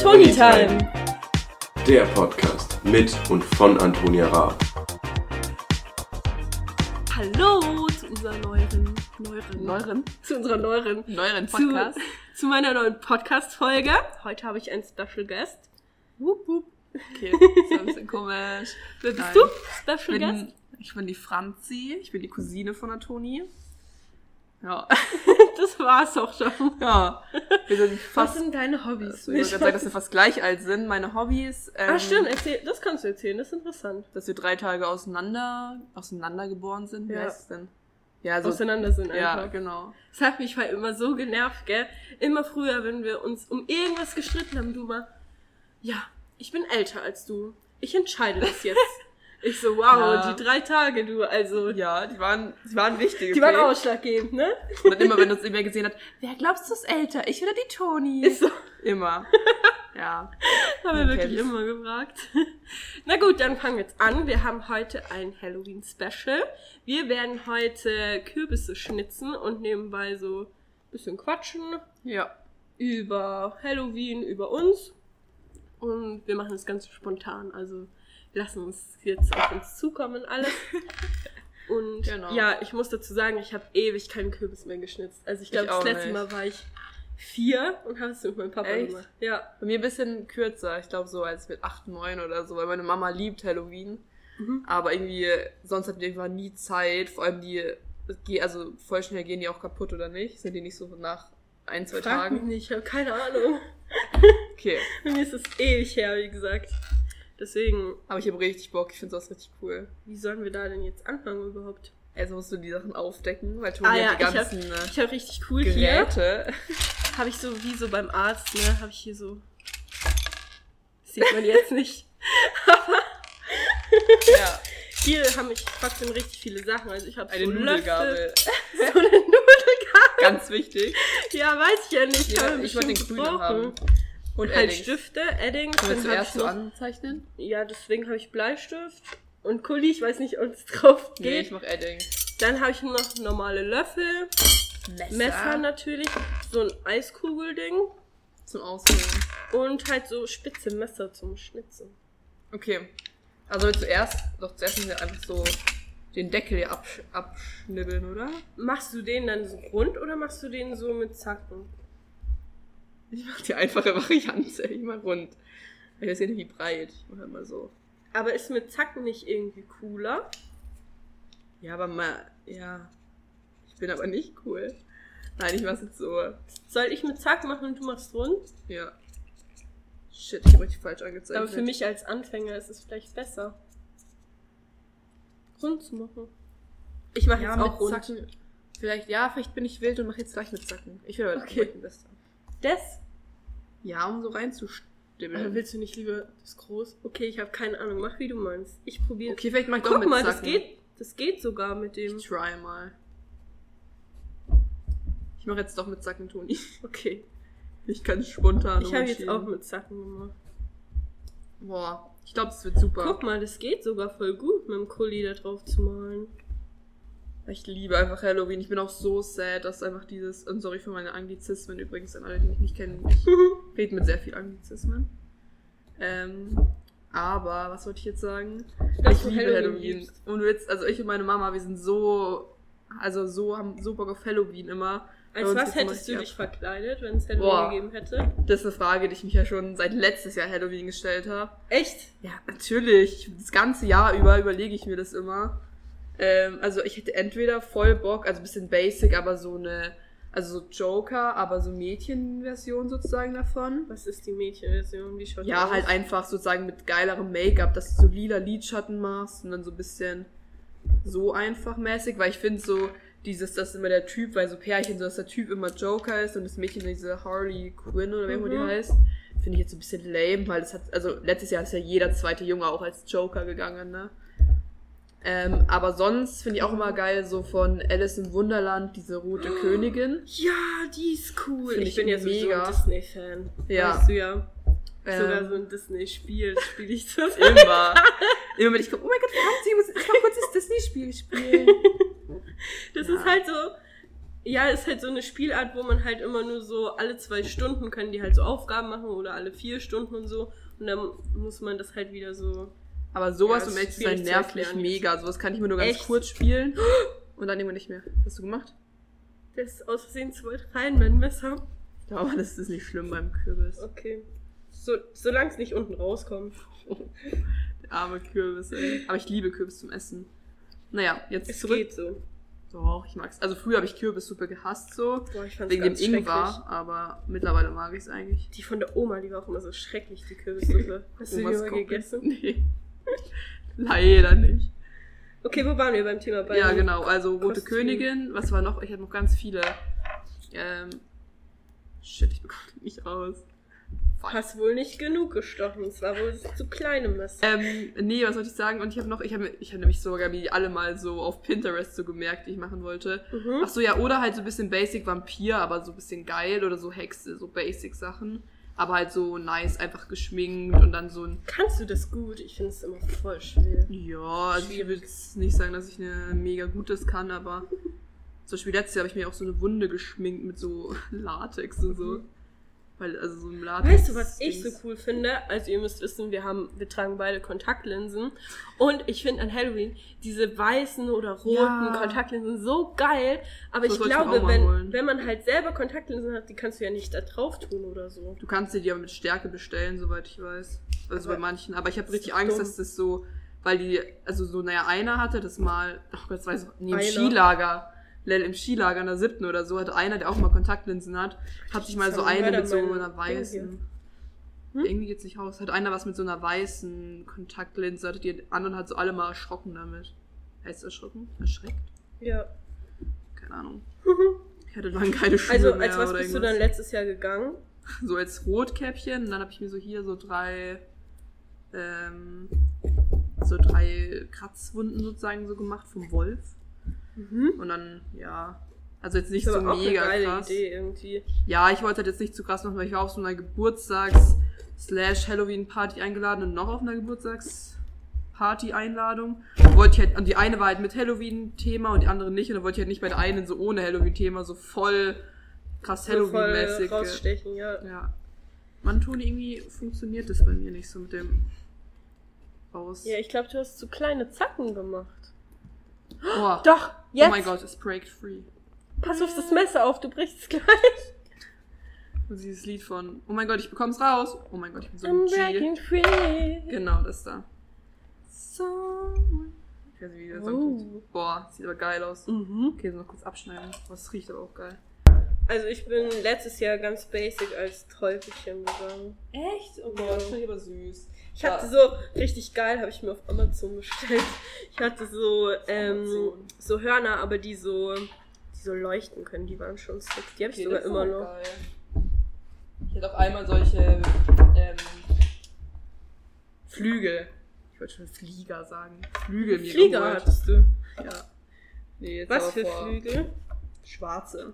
Tony Time. Der Podcast mit und von Antonia Raab. Hallo zu unserer neueren, neueren, Neueren? zu unserer neueren, Neueren zu, Podcast. zu meiner neuen Podcast-Folge. Heute habe ich einen Special Guest. Wupp, wupp. Okay, das ist ein bisschen komisch. Wer bist Nein. du? Ich Special bin, ich bin die Franzi, ich bin die Cousine von der Toni. Ja, Guest? Das war's auch schon. ja. Wir sind Was fast. sind deine Hobbys? Ich wollte gerade sagen, dass wir fast gleich alt sind. Meine Hobbys. Ähm, ah, stimmt, erzähl, das kannst du erzählen, das ist interessant. Dass wir drei Tage auseinander, auseinander geboren sind. Ja. Wie heißt es denn? Ja, so. Auseinander sind Also, ja, einfach. genau. Das hat mich halt immer so genervt, gell? Immer früher, wenn wir uns um irgendwas gestritten haben, du mal, ja, ich bin älter als du. Ich entscheide das jetzt. ich so, wow, Ja. die drei Tage, du, also. Ja, die waren, die waren wichtig. Die waren okay? ausschlaggebend, ne? Und dann immer, wenn uns irgendwer gesehen hat, wer glaubst du ist älter? Ich oder die Toni? Ist so. Immer. Ja. Haben wir Man wirklich kennt's. immer gefragt. Na gut, dann fangen wir jetzt an. Wir haben heute ein Halloween-Special. Wir werden heute Kürbisse schnitzen und nebenbei so ein bisschen quatschen Ja. über Halloween, über uns. Und wir machen das ganz spontan. Also wir lassen uns jetzt auf uns zukommen alles. Und Genau. ja, ich muss dazu sagen, ich habe ewig keinen Kürbis mehr geschnitzt. Also ich Ich glaube, das auch letzte nicht. Mal war ich vier und habe es mit meinem Papa Echt? gemacht. Ja. Bei mir ein bisschen kürzer, ich glaube so als mit 8, 9 oder so, weil meine Mama liebt Halloween. Mhm. Aber irgendwie, sonst hatten wir irgendwann nie Zeit. Vor allem die, es geht- also voll schnell gehen die auch kaputt oder nicht? Sind die nicht so nach ein, zwei Frag mich Tagen? nicht, ich habe keine Ahnung. Okay, Bei mir ist es ewig her, wie gesagt. Deswegen, aber ich habe richtig Bock, ich finde sowas richtig cool. wie sollen wir da denn jetzt anfangen überhaupt? Also musst du die Sachen aufdecken, weil Toni Ah ja, hat die ich hab- ganzen äh, Ich habe richtig cool hier. Geräte. Habe ich so wie so beim Arzt, ne? Habe ich hier so. Sieht man jetzt nicht. ja, Hier haben ich trotzdem richtig viele Sachen. Also ich habe eine so Löffel. Nudelgabel. So eine Nudelgabel. Ganz wichtig. Ja, weiß ich ja nicht. Kann Ja, man ich wollte den bestimmt grünen haben. gebrauchen. Und halt Eddings. Stifte, Eddings. Können dann wir hab zuerst ich so noch- anzeichnen? Ja, deswegen habe ich Bleistift und Kuli. Ich weiß nicht, ob es drauf geht. Nee, ich mach Eddings. Dann habe ich noch normale Löffel, Messer. Messer natürlich, so ein Eiskugelding Zum Aushöhlen. und halt so spitze Messer zum Schnitzen. Okay. Also zuerst, doch zuerst müssen wir einfach so den Deckel hier absch abschnibbeln, oder? Machst du den dann so rund oder machst du den so mit Zacken? Ich mach die einfache Variante, ich mach rund. Ich weiß ja nicht, wie breit. Ich mach immer so. Aber ist mit Zacken nicht irgendwie cooler? Ja, aber mal, ja. Ich bin aber nicht cool. Nein, ich mach's jetzt so. Soll ich mit Zacken machen und du machst rund? Ja. Shit, ich hab richtig falsch angezeichnet. Aber für mich als Anfänger ist es vielleicht besser, rund zu machen. Ich mache ja, jetzt mit auch rund. Zacken. Vielleicht, ja, vielleicht bin ich wild und mach jetzt gleich mit Zacken. Ich will aber Okay. am besten. Das? Ja, um so Oder reinzustimmen. Äh, willst du nicht lieber das groß? Okay, ich habe keine Ahnung. Mach wie du meinst. Ich probiere. Okay, vielleicht mach ich doch Guck mit mal, Zacken. das geht, das geht sogar mit dem. Ich try mal. Ich mache jetzt doch mit Zacken, Toni. Okay. Ich kann spontan Ich habe jetzt umschieben. auch mit Zacken gemacht. Boah, ich glaube, es wird super. Guck mal, das geht sogar voll gut, mit dem Kuli da drauf zu malen. Ich liebe einfach Halloween. Ich bin auch so sad, dass einfach dieses... Und sorry für meine Anglizismen übrigens an alle, die mich nicht kennen. Ich rede mit sehr viel Anglizismen. Ähm, aber, was wollte ich jetzt sagen? Dass ich du liebe Halloween Halloween. liebst. Und jetzt, also ich und meine Mama, wir sind so... Also so, haben so Bock auf Halloween immer. Als Und was jetzt mach hättest ich du ab. dich verkleidet, wenn es Halloween Boah. gegeben hätte? Das ist eine Frage, die ich mich ja schon seit letztes Jahr Halloween gestellt habe. Echt? Ja, natürlich. Das ganze Jahr über überlege ich mir das immer. Ähm, also ich hätte entweder voll Bock, also ein bisschen basic, aber so eine, also so Joker, aber so Mädchenversion sozusagen davon. Was ist die Mädchenversion? Wie schaut die Ja, aus? halt einfach sozusagen mit geilerem Make-up, dass du so lila Lidschatten machst und dann so ein bisschen so einfach mäßig, weil ich finde so dieses, dass immer der Typ, weil so Pärchen, so dass der Typ immer Joker ist und das Mädchen diese Harley Quinn oder wie immer die Mhm. heißt, finde ich jetzt so ein bisschen lame, weil das hat, also letztes Jahr ist ja jeder zweite Junge auch als Joker gegangen, ne? Ähm, aber sonst finde ich auch immer geil so von Alice im Wunderland diese rote Königin. Ja, die ist cool. Find Ich, ich bin ja sowieso mega. ein Disney-Fan. Ja. Weißt du ja. Sogar Ähm, so ein Disney-Spiel spiele ich das. Immer. Immer wenn ich komme, oh mein Gott, Franzi, ich muss jetzt mal kurz das Disney-Spiel spielen. Das Ja. ist halt so. Ja, ist halt so eine Spielart, wo man halt immer nur so alle zwei Stunden können die halt so Aufgaben machen oder alle vier Stunden und so. Und dann muss man das halt wieder so. Aber sowas, Ja, um das ehrlich zu sein, schwierig zu nervt mich erklären. mega. Sowas kann ich immer nur ganz Echt? kurz spielen und dann immer nicht mehr. Hast du gemacht? Das ist aus Versehen zu weit rein, mein Messer. Ich glaube, das ist nicht schlimm beim Kürbis. Okay. So, solange es nicht unten rauskommt. Arme Kürbis, ey. Aber ich liebe Kürbis zum Essen. Naja, jetzt Es zurück. geht so. Doch, ich mag's. Also früher habe ich Kürbissuppe gehasst so, Boah, ich fand's wegen dem ganz Ingwer, schrecklich. aber mittlerweile mag ich's eigentlich. Die von der Oma, die war auch immer so schrecklich, die Kürbissuppe. Hast du die Omas mal Kochen. gegessen? Nee. Leider nicht. Okay, wo waren wir beim Thema bei? ja, genau. Also Rote Kostüm. Königin, was war noch? Ich habe noch ganz viele. Ähm, shit, ich bekomme die nicht raus. Hast wohl nicht genug gestochen. Es war wohl zu kleinem Messer. Ähm, nee, was wollte ich sagen? Und ich habe noch, ich habe ich hab nämlich sogar mir die alle mal so auf Pinterest so gemerkt, die ich machen wollte. Mhm. Ach so, ja, oder halt so ein bisschen Basic Vampir, aber so ein bisschen geil oder so Hexe, so Basic Sachen. Aber halt so nice, einfach geschminkt und dann so ein. Kannst du das gut? Ich finde es immer voll schwer. Ja, also ich Schwierig. würde jetzt nicht sagen, dass ich eine mega gutes kann, aber zum Beispiel letztes Jahr habe ich mir auch so eine Wunde geschminkt mit so Latex und so. Weil, also so ein Latex. Weißt du, was ich so Dings. cool finde? Also ihr müsst wissen, wir haben, wir tragen beide Kontaktlinsen. Und ich finde an Halloween diese weißen oder roten Ja. Kontaktlinsen so geil. Aber So ich soll ich mir auch glaube, mal wenn, holen. wenn man halt selber Kontaktlinsen hat, die kannst du ja nicht da drauf tun oder so. Du kannst dir die aber mit Stärke bestellen, soweit ich weiß. Also Aber- bei manchen. Aber ich habe Ist richtig doch Angst, dumm. dass das so, weil die, also so, naja, einer hatte das mal, ach Gott, das weiß ich, nee, im Einer. Skilager. Lel im Skilager in der siebten oder so hatte einer, der auch mal Kontaktlinsen hat, hat sich mal Das so haben wir eine leider mit so meine einer weißen. Ding hier. Hm? Irgendwie geht's nicht raus. Hat einer was mit so einer weißen Kontaktlinse, hatte die anderen hat so alle mal erschrocken damit. Heißt erschrocken? Erschreckt? Ja. Keine Ahnung. Ich hatte dann keine Schuhe Also mehr als was oder bist du irgendwas. dann letztes Jahr gegangen? so als Rotkäppchen. Und dann habe ich mir so hier so drei, ähm, so drei Kratzwunden sozusagen so gemacht vom Wolf. Mhm. Und dann, ja. Also jetzt nicht Ist so aber auch mega eine geile krass. Idee irgendwie. Ja, ich wollte halt jetzt nicht zu krass machen, weil ich war auf so einer Geburtstags- slash Halloween-Party eingeladen und noch auf einer Geburtstags-Party-Einladung. Wollte ich halt, und die eine war halt mit Halloween-Thema und die andere nicht. Und dann wollte ich halt nicht bei der einen so ohne Halloween-Thema so voll krass So voll Halloween-mäßig. äh, rausstechen, ja. ja. Mann, Toni, irgendwie funktioniert das bei mir nicht so mit dem Aus. Ja, ich glaube, du hast zu kleine Zacken gemacht. oh, Doch, oh jetzt. mein Gott, es breakt free. Pass auf das Messer auf, du brichst es gleich. Und dieses Lied von Oh mein Gott, ich bekomm's raus. Oh mein Gott, ich bin so ein I'm G. breaking free. Genau, das da. So. Ich weiß nicht, wie der Song Oh. tut. Boah, sieht aber geil aus. Mhm. Okay, so noch kurz abschneiden. Was riecht aber auch geil. Also ich bin letztes Jahr ganz basic als Teufelchen gegangen. Echt? Oh Gott, das finde ich aber süß. Ich hatte so, richtig geil, habe ich mir auf Amazon bestellt. Ich hatte so, ähm, Amazon. so Hörner, aber die so, die so leuchten können, die waren schon sick. Die habe ich sogar immer noch. Geil. Ich hätte auch einmal solche ähm, Flügel. Ich wollte schon Flieger sagen. Flügel mir Flieger geholt. hattest du. Ja. Nee, jetzt Was aber für vor- Flügel? Schwarze.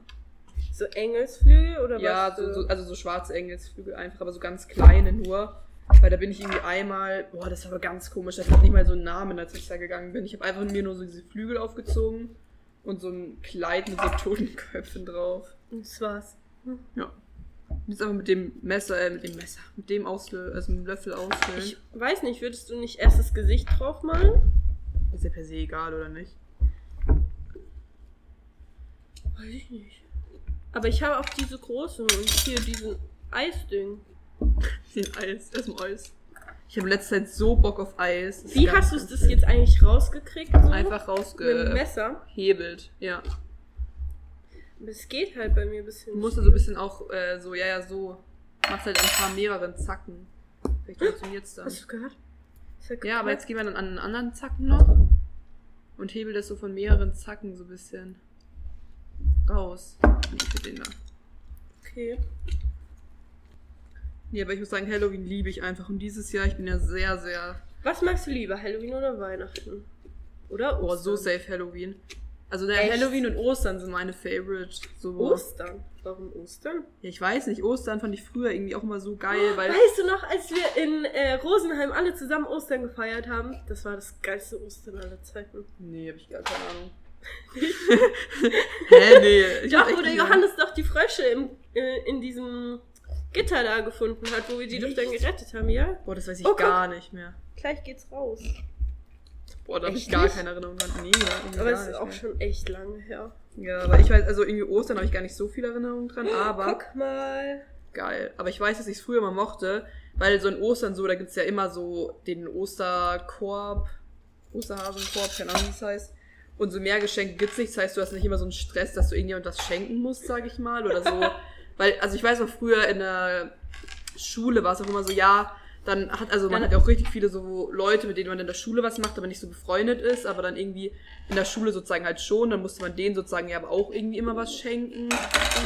So Engelsflügel oder Ja, was? so, für- so, also so schwarze Engelsflügel einfach, aber so ganz kleine nur. Weil da bin ich irgendwie einmal, boah, das war aber ganz komisch, das hat nicht mal so einen Namen, als ich da gegangen bin. Ich habe einfach mir nur so diese Flügel aufgezogen und so ein Kleid mit so Totenköpfen drauf. Und Hm, das war's. Ja. Und Jetzt einfach mit dem Messer, äh, mit dem Messer, mit dem Auslö also mit dem Löffel auslösen. Ich weiß nicht, würdest du nicht erst das Gesicht draufmalen? Ist ja per se egal, oder nicht? Weiß ich nicht. Aber ich habe auch diese großen und hier diesen Eisding. Den Eis, erstmal Eis. Ich habe letzte Zeit so Bock auf Eis. Das ist Wie ganz, hast du ganz das wild. jetzt eigentlich rausgekriegt? So? Einfach äh, mit dem rausgehebelt. Messer. Ja. Aber Es geht halt bei mir ein bisschen. Du musst nicht. ja so ein bisschen auch äh, so, ja, ja, so. Machst halt ein paar mehreren Zacken. Vielleicht funktioniert's dann. Hast du gehört? Ist ja Ja, aber jetzt geknackt. gehen wir dann an einen anderen Zacken noch. Und hebel das so von mehreren Zacken so ein bisschen raus. Ich will den da. Okay. Ja, aber ich muss sagen, Halloween liebe ich einfach. Und dieses Jahr, ich bin ja sehr, sehr. Was magst du lieber, Halloween oder Weihnachten? Oder Boah, so Ostern? safe Halloween. Also der Echt? Halloween und Ostern sind meine Favorite. So. Ostern. Warum Ostern? Ja, ich weiß nicht. Ostern fand ich früher irgendwie auch immer so geil, weil. Weißt du noch, als wir in äh, Rosenheim alle zusammen Ostern gefeiert haben? Das war das geilste Ostern aller Zeiten. Nee, hab ich gar keine Ahnung. Hä, nee. Ich Doch, hab echt wo der gesagt- Johannes doch die Frösche im, äh, in diesem Gitter da gefunden hat, wo wir die doch dann gerettet haben, ja? Boah, das weiß ich Oh, guck. gar nicht mehr. Gleich geht's raus. Boah, da habe ich Echt gar nicht? keine Erinnerung dran. Nee, ja, irgendwie Aber gar es ist nicht auch mehr. schon echt lange her. Ja, aber ich weiß, also irgendwie Ostern habe ich gar nicht so viel Erinnerung dran, aber Guck mal. geil. Aber ich weiß, dass ich es früher mal mochte, weil so in Ostern so, da gibt's ja immer so den Osterkorb, Osterhasenkorb, keine Ahnung, wie es heißt. Und so mehr Geschenke gibt's nicht. Das heißt, du hast nicht immer so einen Stress, dass du irgendjemand was schenken musst, sag ich mal, oder so. weil, also ich weiß noch, früher in der Schule war es auch immer so, ja, dann hat, also man Dann- hat ja auch richtig viele so Leute, mit denen man in der Schule was macht, aber nicht so befreundet ist, aber dann irgendwie in der Schule sozusagen halt schon, dann musste man denen sozusagen ja aber auch irgendwie immer was schenken.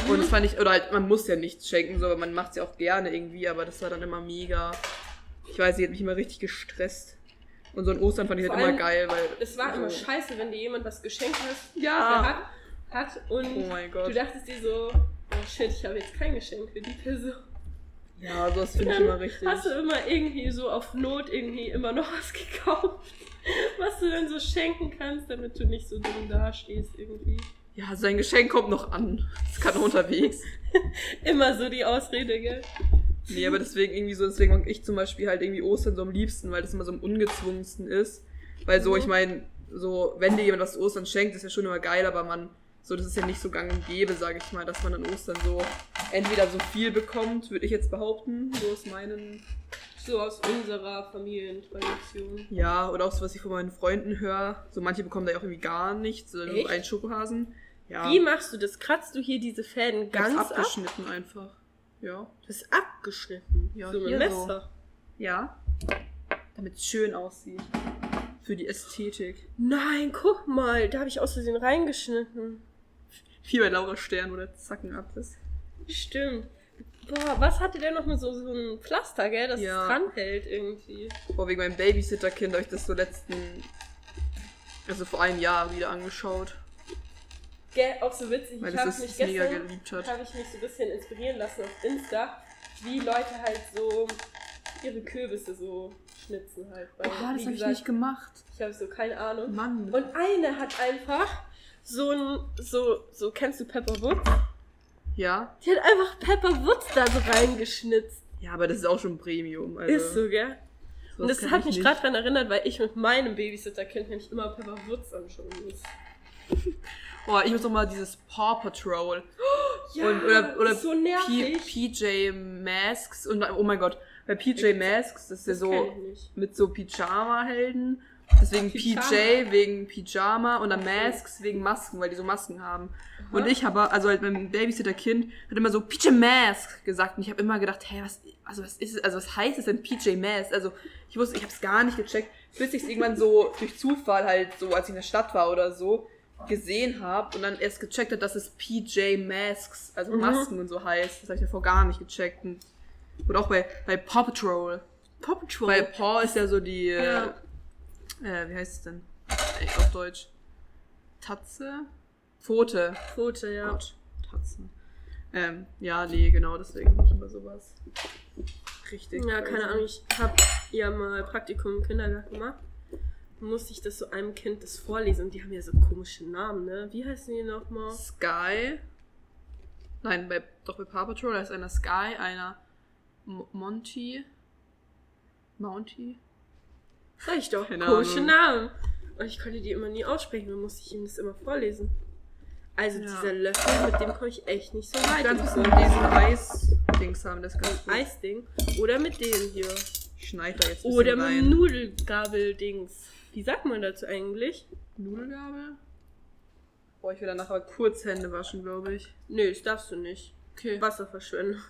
Und das fand ich, oder halt, man muss ja nichts schenken, so, aber man macht's ja auch gerne irgendwie, aber das war dann immer mega. Ich weiß, sie hat mich immer richtig gestresst. Und so ein Ostern fand ich Vor halt immer allem, geil, weil. Es war immer so- scheiße, wenn dir jemand was geschenkt hast, Ja! hat, hat und Oh mein du Gott. dachtest dir so, oh shit, ich habe jetzt kein Geschenk für die Person. Ja, sowas finde ich immer richtig. Hast du immer irgendwie so auf Not irgendwie immer noch was gekauft, was du dann so schenken kannst, damit du nicht so dumm dastehst irgendwie. Ja, sein Geschenk kommt noch an. Das kann unterwegs. Immer so die Ausrede, gell? Nee, aber deswegen irgendwie so, deswegen mag ich zum Beispiel halt irgendwie Ostern so am liebsten, weil das immer so am ungezwungensten ist. Weil so, Mhm. ich meine, so, wenn dir jemand was zu Ostern schenkt, ist ja schon immer geil, aber man, so, das ist ja nicht so gang und gäbe, sage ich mal, dass man an Ostern so entweder so viel bekommt, würde ich jetzt behaupten, so aus meinen, So aus unserer Familientradition. ja, oder auch so, was ich von meinen Freunden höre. So, manche bekommen da ja auch irgendwie gar nichts, sondern nur Echt? einen Schokohasen. Ja, Wie machst du das? Kratzt du hier diese Fäden ganz ganz ab? abgeschnitten einfach. Ja. Das ist abgeschnitten. Ja, so mit hier Messer. Ja. Damit es schön aussieht. Für die Ästhetik. Nein, guck mal, da habe ich aus Versehen reingeschnitten. Wie bei Laura Stern, wo der Zackenabriss. Stimmt. Boah, was hatte der noch mit so, so einem Pflaster, gell, dass Ja. es dran hält irgendwie? Boah, wegen meinem Babysitter-Kind habe ich das so letzten, also vor einem Jahr wieder angeschaut. Gell, auch so witzig. Weil Ich es habe das mich mega gestern geliebt hat. habe ich mich so ein bisschen inspirieren lassen auf Insta, wie Leute halt so ihre Kürbisse so schnitzen halt. Weil, wie Oh hab gesagt, gemacht. ich habe so keine Ahnung. Mann. Und eine hat einfach so ein, so, so, kennst du Pepper Woods? ja. Die hat einfach Pepper Woods da so reingeschnitzt. Ja, aber das ist auch schon Premium. Also, Ist so, gell? sowas Und das kann hat ich mich nicht. gerade daran erinnert, weil ich mit meinem Babysitterkind nämlich immer Pepper Woods anschauen muss. Boah, ich muss noch mal dieses Paw Patrol. und, oder oder ist so P nervig. PJ Masks. Und oh mein Gott, bei PJ Masks, das ist ja das so. kenn ich nicht. mit so Pyjama-Helden. Deswegen Pyjama. PJ wegen Pyjama und dann Masks wegen Masken, weil die so Masken haben. Aha. Und ich habe, also halt mein Babysitter-Kind hat immer so PJ Mask gesagt und ich habe immer gedacht, hey, was, also was ist es, also was heißt es denn PJ Mask? Also ich wusste, ich habe es gar nicht gecheckt, bis ich es irgendwann so durch Zufall halt so, als ich in der Stadt war oder so, gesehen habe und dann erst gecheckt hat, dass es PJ Masks, also Mhm. Masken und so heißt. Das habe ich davor gar nicht gecheckt. Und, und auch bei, bei Paw Patrol. Paw Patrol. Weil Paw ist ja so die. Ja. Äh, äh, wie heißt es denn? Ey, auf Deutsch. Tatze? Pfote. Pfote, ja. Gott, Tatze. Ähm, ja, nee, genau, deswegen nicht immer sowas. Richtig. Ja, crazy. keine Ahnung, ich habe ja mal Praktikum im Kindergarten gemacht. Musste ich das so einem Kind das vorlesen und die haben ja so komische Namen, ne? Wie heißen die nochmal? Sky. Nein, bei, doch bei Paw Patrol da ist einer Sky, einer M Monty. Mounty? Sag ich doch, Keine komische Ahnung. Namen. Und ich konnte die immer nie aussprechen, dann musste ich ihm das immer vorlesen. Also Ja. dieser Löffel, mit dem komme ich echt nicht so weit. Ganz im bisschen Song. diesen Eis-Dings haben, das ganz gut. Eisding. Oder mit dem hier. Ich schneid da jetzt ein bisschen Oder mit rein. dem Nudelgabeldings. Wie sagt man dazu eigentlich? Nudelgabel? Boah, ich will danach aber kurz Hände waschen, glaube ich. Nö, das darfst du nicht. Okay. Wasser verschwenden.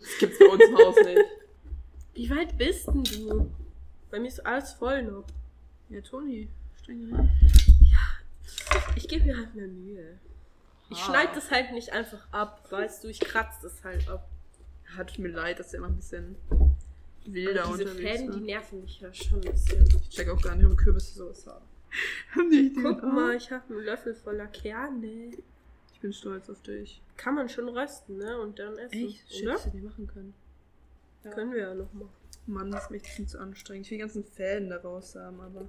Das gibt's bei uns im Haus nicht. Wie weit bist denn du? Bei mir ist alles voll noch. Ja, Toni, streng rein. Ich gebe mir halt mehr Mühe. Ich Ah. schneide das halt nicht einfach ab, weißt du, ich kratze das halt ab. Hat mir leid, dass der immer ein bisschen Und wilder diese unterwegs ne? Fäden, die war. nerven mich ja schon ein bisschen. Ich check auch gar nicht, warum Kürbisse sowas haben. Nicht Guck mal, ich habe einen Löffel voller Kerne. Ich bin stolz auf dich. Also, Kann man schon rösten, ne? Und dann essen. Shit, oder? dass wir nicht machen können. Ja. Können wir ja nochmal. Mann, das ist mir echt viel zu anstrengend. Ich will die ganzen Fäden da raus haben, aber.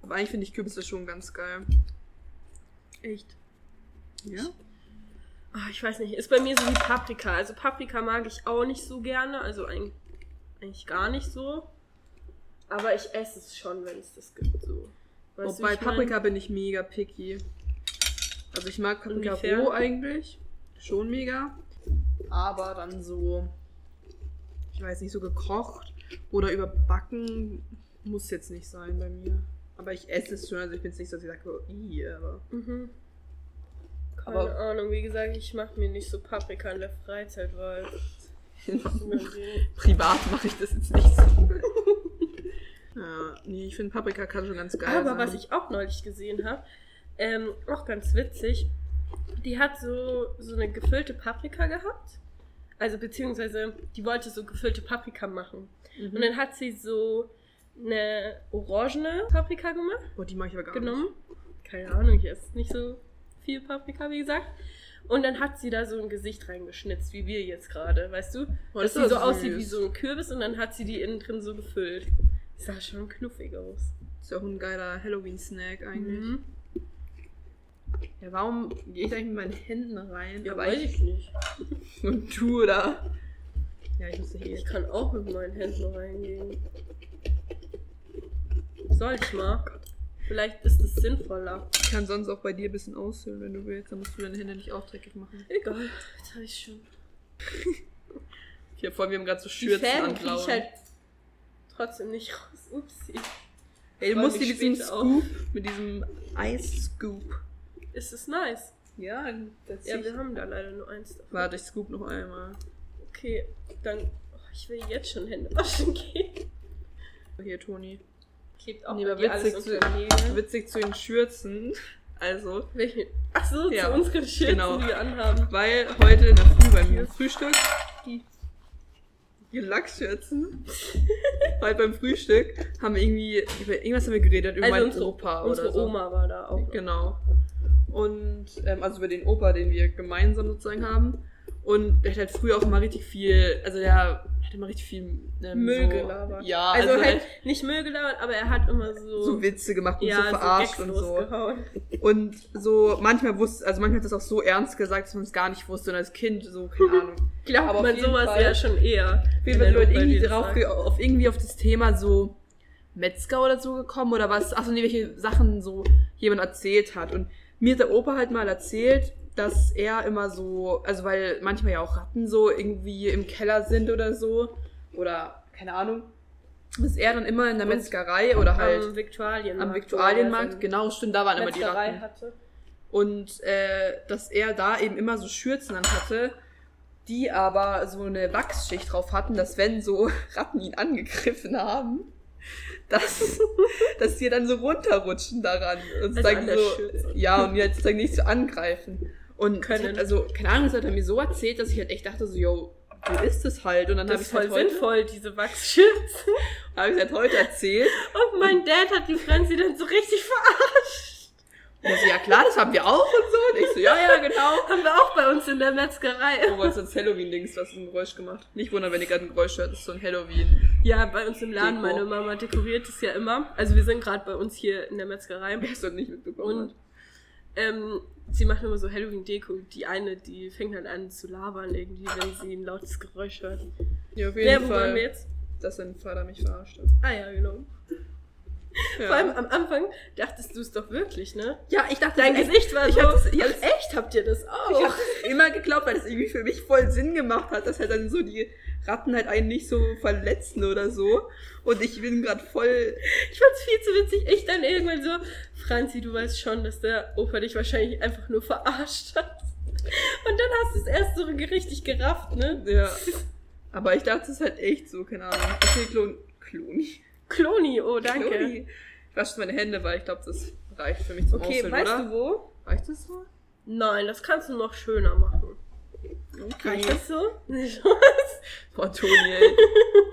Aber eigentlich finde ich Kürbisse schon ganz geil. Echt. Ja? Ah, ich weiß nicht. Ist bei mir so wie Paprika. Also Paprika mag ich auch nicht so gerne. Also eig- eigentlich gar nicht so. Aber ich esse es schon, wenn es das gibt. So. Weißt du, Wobei wie ich mein? Paprika bin ich mega picky. Also ich mag Paprika Inwiefern? roh eigentlich. Schon mega. Aber dann so, ich weiß nicht, so gekocht oder überbacken muss jetzt nicht sein bei mir. Aber ich esse es schon, also ich bin jetzt nicht so, dass ich sage, oh, ii, aber. Mhm. Keine Aber- Ahnung. Wie gesagt, ich mache mir nicht so Paprika in der Freizeit, weil. Privat mache ich das jetzt nicht so. ja, nee, ich finde Paprika kann schon ganz geil Aber sein. was ich auch neulich gesehen habe, ähm, auch ganz witzig, die hat so, so eine gefüllte Paprika gehabt. Also beziehungsweise, die wollte so gefüllte Paprika machen. Mhm. Und dann hat sie so eine orangene Paprika gemacht, Boah, die mache ich aber gar nicht. genommen. Keine Ahnung, ich esse nicht so viel Paprika, wie gesagt. Und dann hat sie da so ein Gesicht reingeschnitzt, wie wir jetzt gerade, weißt du? Boah, Dass das sie so ist aber aussieht süß. wie so ein Kürbis und dann hat sie die innen drin so gefüllt. Die sah schon knuffig aus. Ist ja auch ein geiler Halloween-Snack eigentlich. Mhm. Ja, warum gehe ich da eigentlich mit meinen Händen rein? Ja, Aber weiß ich nicht. ich- Und du da. Ja, ich muss nicht Ich eh. kann auch mit meinen Händen reingehen. Soll ich mal? Vielleicht ist es sinnvoller. Ich kann sonst auch bei dir ein bisschen aushöhlen, wenn du willst. Dann musst du deine Hände nicht auch dreckig machen. Egal, jetzt habe ich schon. Ich hab vor, wir haben gerade so Die Schürzen Fäden kriege anklauen. ich halt trotzdem nicht raus. Upsi. Ey, du Freu musst mich dir mit diesem später auch. Scoop, mit diesem Eis-Scoop. Ist es nice? Ja, das Ja, wir haben da leider nur eins davon. Warte, ich scoop noch einmal. Okay, dann. Oh, ich will jetzt schon Hände waschen gehen. Hier, Toni. Klebt auch Nee, bei aber dir alles witzig unter zu- den Nägeln. Witzig zu den Schürzen. Also, Welche? Ach so, Ja, zu unseren Schürzen, genau. die wir anhaben. Weil heute in der Früh bei mir Frühstück. Die, die Lachsschürzen. heute beim Frühstück haben wir irgendwie, über irgendwas haben wir geredet, über meinen Opa Also unsere oder so. Oma war da auch. noch. Genau. Und, ähm, also über den Opa, den wir gemeinsam sozusagen haben. Und der hat halt früher auch immer richtig viel, also der hat immer richtig viel ähm, Müll so, gelabert. Ja, Also, halt, nicht Müll gelauert, aber er hat immer so, so Witze gemacht und ja, so so verarscht Gags und so. losgehauen. Und so, manchmal wusste, also manchmal hat das auch so ernst gesagt, dass man es gar nicht wusste und als Kind so, keine Ahnung. Glaubt Aber auf man jeden sowas Fall- ja schon eher. Auf wenn jeden Fall sind Leute man irgendwie denen drauf, sagt. ge- auf irgendwie auf das Thema so Metzger oder so gekommen oder was, achso, nee, welche Sachen so jemand erzählt hat. Und mir hat der Opa halt mal erzählt, dass er immer so, also weil manchmal ja auch Ratten so irgendwie im Keller sind oder so, oder keine Ahnung, dass er dann immer in der Und Metzgerei oder halt Am Viktualienmarkt. am Viktualienmarkt, genau. genau, stimmt, da waren immer die Metzgerei Ratten. hatte. Und äh, dass er da eben immer so Schürzen an hatte, die aber so eine Wachsschicht drauf hatten, dass wenn so Ratten ihn angegriffen haben, dass, dass die dann so runterrutschen daran. Und Also sagen an der so, Schürze. ja, und jetzt sagen nicht so angreifen. Und Können. können. also, keine Ahnung, das hat er mir so erzählt, dass ich halt echt dachte, so, yo, wo ist das halt? Und dann Das habe ist ich voll halt heute, sinnvoll, diese Wachsschürzen. hab ich's halt heute erzählt. Und mein Dad hat die Franzi dann so richtig verarscht. Und er so, ja klar, das haben wir auch und so. Und ich so, ja, ja, genau. Haben wir auch bei uns in der Metzgerei. Oh, weil es jetzt Halloween-Dings, was ein Geräusch gemacht. Nicht wundern, wenn ihr gerade ein Geräusch hört, das ist so ein Halloween. Ja, bei uns im Laden. Deko. Meine Mama dekoriert es ja immer. Also wir sind gerade bei uns hier in der Metzgerei. Wer es noch nicht mitbekommen Und ähm, sie macht immer so Halloween-Deko. Die eine, die fängt halt an zu labern irgendwie, wenn sie ein lautes Geräusch hört. hat. Ja, auf jeden Werbung Fall, wollen wir jetzt? dass dein Vater mich verarscht hat. Ah ja, genau. Ja. Vor allem am Anfang dachtest du es doch wirklich, ne? ja, ich dachte, Dein Gesicht war ich so, hab das- ich hab ach, das- echt, habt ihr das Ich auch? habe immer geglaubt, weil das irgendwie für mich voll Sinn gemacht hat, dass halt dann so die Ratten halt einen nicht so verletzen oder so. Und ich bin gerade voll. Ich fand's viel zu witzig. Ich dann irgendwann so, Franzi, du weißt schon, dass der Opa dich wahrscheinlich einfach nur verarscht hat. Und dann hast du es erst so richtig gerafft, ne? Ja. Aber ich dachte, es ist halt echt so, keine Ahnung. Okay, Klon. Kloni. Kloni, oh, danke. Kloni. Ich wasche meine Hände, weil ich glaube, das reicht für mich zum Okay, Aushöhlen, weißt oder? du wo? Reicht das so? Nein, das kannst du noch schöner machen. Okay. Reicht das so? Boah, Toni, ey.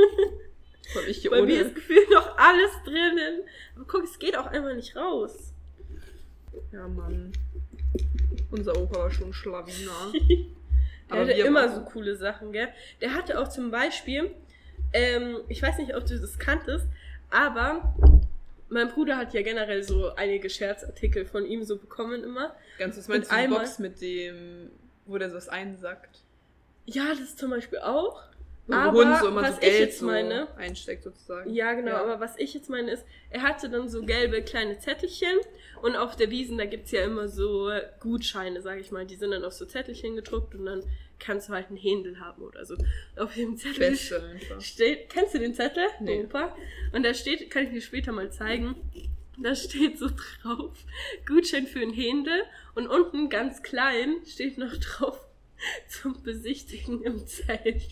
Was hab ich hier Bei ohne? mir ist gefühlt noch alles drinnen. Aber guck, es geht auch einfach nicht raus. ja, Mann. Unser Opa war schon ein Schlawiner. Der hatte immer so coole Sachen, gell? Der hatte auch zum Beispiel, ähm, ich weiß nicht, ob du das kanntest, aber Mein Bruder hat ja generell so einige Scherzartikel von ihm so bekommen immer. Ganz was Und meinst du, die einmal- Box mit dem, wo der sowas einsackt? Ja, das zum Beispiel auch. Wo Aber Hund so immer was so ich Geld jetzt so meine- einsteckt sozusagen. Ja, genau, Ja. aber was ich jetzt meine ist, er hatte dann so gelbe kleine Zettelchen und auf der Wiesen, da gibt's ja immer so Gutscheine, sage ich mal, die sind dann auf so Zettelchen gedruckt und dann kannst du halt einen Händel haben oder so. Auf dem Zettel Beste einfach. steht, kennst du den Zettel? Nee. Opa? Und da steht, kann ich dir später mal zeigen, da steht so drauf, Gutschein für einen Händel und unten ganz klein steht noch drauf, zum Besichtigen im Zelt.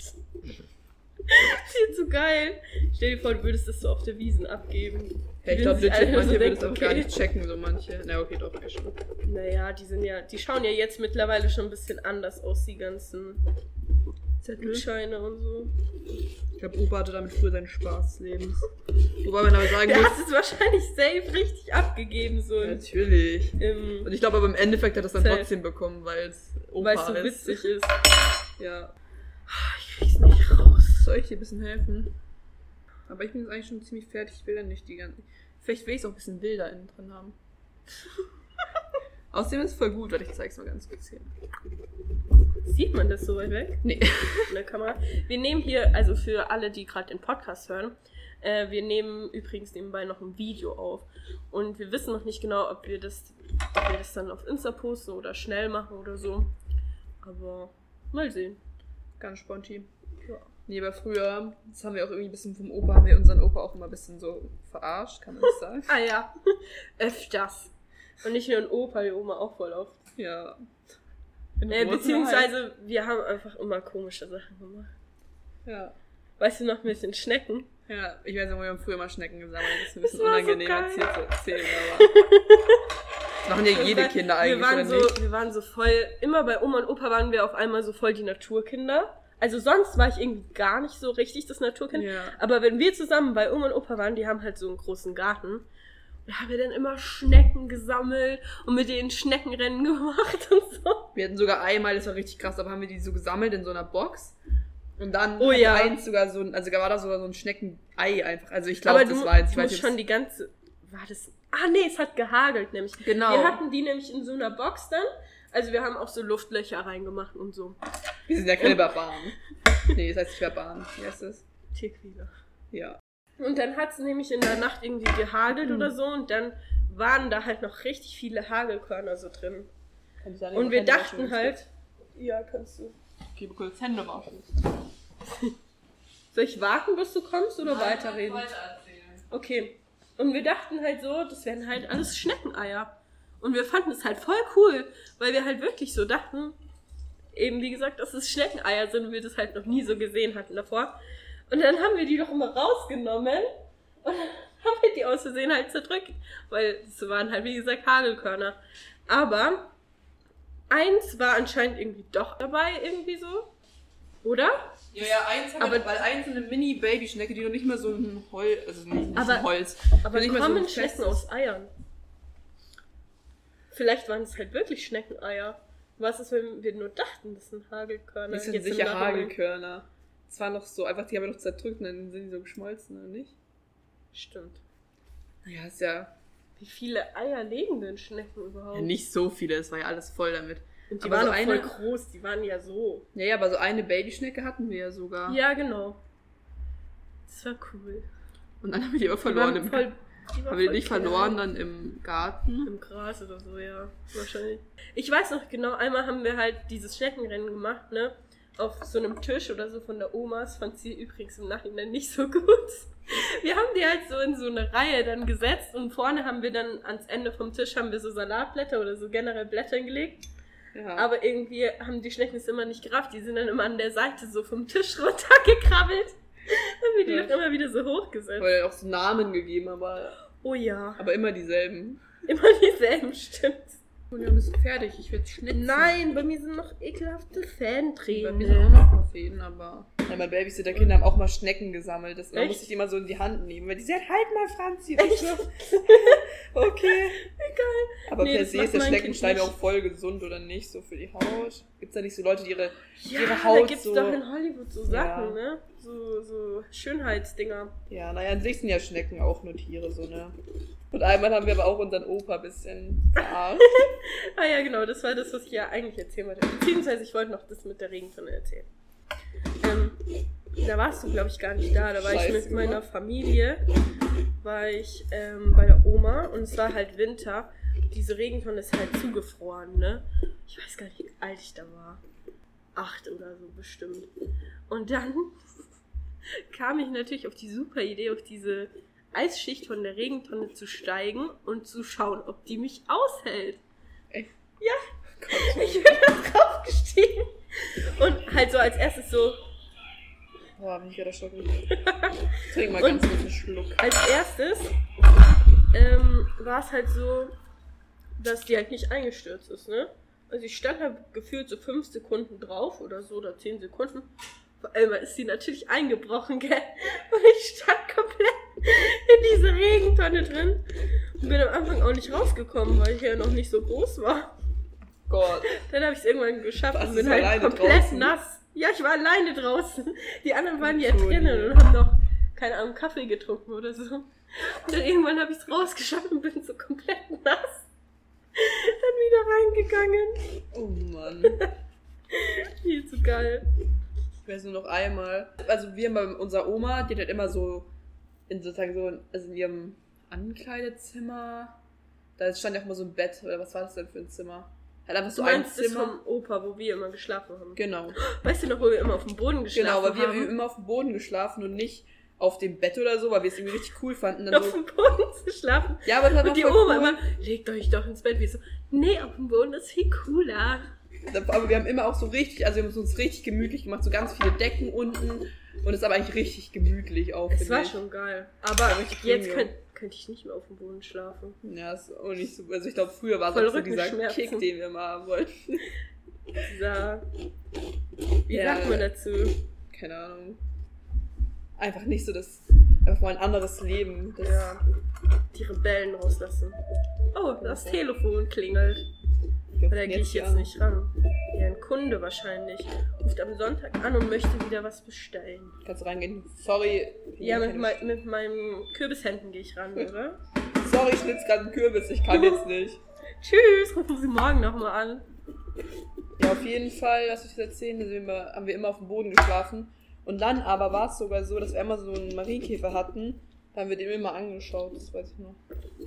Sieht so geil. Stell dir vor, du würdest das so auf der Wiesen abgeben. Ja, ich Die glaube, würden sich legit, alle so manche würden es denken, auch gar okay. nicht checken, so manche. Na, okay, doch, ja schon. Naja, die sind ja, die schauen ja jetzt mittlerweile schon ein bisschen anders aus, die ganzen Zettel. Gutscheine und so. Ich glaube, Opa hatte damit früher seinen Spaß des Lebens. Wobei man aber sagen Der muss, hat es wahrscheinlich safe richtig abgegeben, so im, natürlich. im Und ich glaube aber im Endeffekt hat er es dann Safe. trotzdem bekommen, weil es Opa weil es so ist. witzig ist. Ja. Ah, Ich krieg's nicht raus. Soll ich dir ein bisschen helfen? Aber ich bin jetzt eigentlich schon ziemlich fertig. Ich will dann nicht die ganzen. Vielleicht will ich es auch ein bisschen wilder innen drin haben. Außerdem ist es voll gut, weil ich zeig's mal ganz kurz hier. Sieht man das so weit weg Nee. von der Kamera? Wir nehmen hier, also für alle, die gerade den Podcast hören, äh, wir nehmen übrigens nebenbei noch ein Video auf. Und wir wissen noch nicht genau, ob wir das, ob wir das dann auf Insta posten oder schnell machen oder so. Aber mal sehen. Ganz spontan. Ja. Nee, aber früher, das haben wir auch irgendwie ein bisschen vom Opa, haben wir unseren Opa auch immer ein bisschen so verarscht, kann man das sagen. Ah ja, öfters. Und nicht nur ein Opa, die Oma auch voll oft. ja. Äh, Rosenheim. beziehungsweise, halt. wir haben einfach immer komische Sachen gemacht. Ja. Weißt du noch mit den Schnecken? Ja, ich weiß nicht, wir haben früher mal Schnecken gesammelt. Das ist ein Das bisschen war so unangenehm, geil. als hier zu erzählen, aber. Das machen ja Wir jede waren- Kinder eigentlich, wir waren, oder so, nicht? wir waren so voll, immer bei Oma und Opa waren wir auf einmal so voll die Naturkinder. Also sonst war ich irgendwie gar nicht so richtig das Naturkind. Ja. Aber wenn wir zusammen bei Oma und Opa waren, die haben halt so einen großen Garten. Da haben wir dann immer Schnecken gesammelt und mit denen Schneckenrennen gemacht und so. Wir hatten sogar einmal, das war richtig krass, aber haben wir die so gesammelt in so einer Box. Und dann Oh hat ja. eins sogar so ein, also war da sogar so ein Schneckenei einfach. Also ich Aber glaube, du, das war jetzt, ich du musst weiß schon jetzt, die ganze, war das, ah nee, es hat gehagelt nämlich. genau. Wir hatten die nämlich in so einer Box dann. Also wir haben auch so Luftlöcher reingemacht und so. Wir sind ja keine Barbaren. nee, das heißt nicht Barbaren. Wie heißt das? Tierquäler. Ja. Und dann hat es nämlich in der Nacht irgendwie gehagelt Mhm. oder so und dann waren da halt noch richtig viele Hagelkörner so drin. Und Und wir dachten halt. Ja, kannst du. Okay, kurz Hände waschen. Soll ich warten, bis du kommst oder weiterreden? Okay. Und wir dachten halt so, das wären halt alles Schneckeneier. Und wir fanden es halt voll cool, weil wir halt wirklich so dachten, eben wie gesagt, dass es Schneckeneier sind und wir das halt noch nie so gesehen hatten davor. Und dann haben wir die doch immer rausgenommen und dann haben wir die aus Versehen halt zerdrückt, weil es waren halt wie gesagt Hagelkörner. Aber eins war anscheinend irgendwie doch dabei, irgendwie so. Oder? Ja, ja, eins Aber- aber weil eins eine Mini-Babyschnecke, die noch nicht mal so ein Holz, also nicht, nicht Aber- ein Holz. Aber Nicht nicht mal so kommen ein festes- Schnecken aus Eiern? Vielleicht waren es halt wirklich Schneckeneier. Was ist, wenn wir nur dachten, das sind Hagelkörner? Das sind Jetzt im sicher Nachhinein- Hagelkörner. Das war noch so, einfach die haben wir noch zerdrückt und dann sind die so geschmolzen, oder nicht? Stimmt. Ja, ist ja, Wie viele Eier legen denn Schnecken überhaupt? ja nicht so viele, das war ja alles voll damit. Und die aber waren so auch eine- voll groß, die waren ja so. Ja, ja, aber so eine Babyschnecke hatten wir ja sogar. Ja, genau. Das war cool. Und dann haben wir die aber Die verloren. waren im- voll, die waren haben wir voll die nicht klein. verloren dann im Garten? Im Gras oder so, ja. Wahrscheinlich. Ich weiß noch genau, einmal haben wir halt dieses Schneckenrennen gemacht, ne? Auf so einem Tisch oder so von der Oma. Das fand sie übrigens im Nachhinein nicht so gut. Wir haben die halt so in so eine Reihe dann gesetzt und vorne haben wir dann ans Ende vom Tisch haben wir so Salatblätter oder so generell Blätter gelegt. Ja. Aber irgendwie haben die Schnecken es immer nicht gerafft. Die sind dann immer an der Seite so vom Tisch runtergekrabbelt. Haben wir die Ja. dann immer wieder so hochgesetzt. Weil auch so Namen gegeben, aber, Oh ja, aber immer dieselben. immer dieselben, stimmt's. Und wir bist fertig, ich werde schnitzen. Nein, bei mir sind noch ekelhafte Bei Fähnchen mir sind auch noch Fäden, aber Ja, mein Babysitter-Kinder haben auch mal Schnecken gesammelt. Das man Echt? musste ich die immer so in die Hand nehmen. Weil die sagt, halt mal, Franzi. Und ich so, okay. Egal. Aber Nee, per das se macht ist der mein Kind Schneckenstein nicht. auch voll gesund oder nicht, so für die Haut. Gibt's da nicht so Leute, die ihre. Ja, Ihre da Haut gibt's so- doch in Hollywood so Sachen, Ja. ne? So, so Schönheitsdinger. Ja, naja, an sich sind ja Schnecken auch nur Tiere, so, ne? Und einmal haben wir aber auch unseren Opa ein bisschen verarscht. Ah ja, genau, das war das, was ich ja eigentlich erzählen wollte. Beziehungsweise ich wollte noch das mit der Regentonne erzählen. Ähm, da warst du, glaube ich, gar nicht da. Da war Scheiße, ich mit meiner gemacht. Familie, war ich ähm, bei der Oma und es war halt Winter. Diese Regentonne ist halt zugefroren, ne? Ich weiß gar nicht, wie alt ich da war. Acht oder so bestimmt. Und dann kam ich natürlich auf die super Idee, auf diese Eisschicht von der Regentonne zu steigen und zu schauen, ob die mich aushält. Ich bin da drauf gestiegen und halt so als erstes so, Boah, bin ich gerade erschrocken. Trink mal ganz kurz einen Schluck. als erstes ähm, war es halt so, dass die halt nicht eingestürzt ist, ne? Also ich stand halt gefühlt so fünf Sekunden drauf oder so oder zehn Sekunden. Vor allem ist sie natürlich eingebrochen, gell? Und ich stand komplett in diese Regentonne drin und bin am Anfang auch nicht rausgekommen, weil ich ja noch nicht so groß war. Gott. Dann habe ich es irgendwann geschafft Warst und bin du halt alleine komplett draußen? nass. Ja, ich war alleine draußen. Die anderen waren ja Entschuldigung. drinnen und haben noch, keine Ahnung, Kaffee getrunken oder so. Und dann irgendwann habe ich es rausgeschafft und bin so komplett nass. Dann wieder reingegangen. Oh Mann. Viel zu geil. Ich weiß nur noch einmal. Also wir haben bei unserer Oma, die hat halt immer so in sozusagen so in- also in ihrem Ankleidezimmer. Da stand ja auch mal so ein Bett. Oder was war das denn für ein Zimmer? Halt einfach so Du ein meinst das Zimmer. vom Opa, wo wir immer geschlafen haben. Genau. Weißt du noch, wo wir immer auf dem Boden Genau, geschlafen weil wir haben haben? immer auf dem Boden geschlafen und nicht auf dem Bett oder so, weil wir es irgendwie richtig cool fanden. Dann auf so, dem Boden zu schlafen. ja, aber das war Und die voll Oma cool. immer, legt euch doch ins Bett. Wir so, nee, auf dem Boden ist viel cooler. Aber wir haben immer auch so richtig, also wir haben es uns richtig gemütlich gemacht, so ganz viele Decken unten und es ist aber eigentlich richtig gemütlich auch. Es finde war ich. schon geil. Aber richtig jetzt Premium. könnt, könnte ich nicht mehr auf dem Boden schlafen. Ja, ist auch nicht so. Also ich glaube, früher war es Voll auch so dieser Rückenschmerzen. Kick, den wir mal haben wollten. Dieser, wie Ja. sagt man dazu? Keine Ahnung. Einfach nicht so das. Einfach mal ein anderes Leben. Das, Ja. Die Rebellen rauslassen. Oh, das Ja. Telefon klingelt. Wir Aber da rufen gehe ich hier jetzt an. nicht ran. Ja, ein Kunde wahrscheinlich. Ruft am Sonntag an und möchte wieder was bestellen. Kannst reingehen. Sorry. Ja, mit, keine- mei- mit meinem Kürbishänden gehe ich Hm. ran, oder? Sorry, ich schnitz gerade einen Kürbis. Ich kann jetzt nicht. Tschüss, rufen Sie morgen nochmal an. Ja, auf jeden Fall, was ich erzählen, da sind wir, haben wir immer auf dem Boden geschlafen. Und dann aber war es sogar so, dass wir einmal so einen Marienkäfer hatten. Da haben wir den immer angeschaut, das weiß ich noch.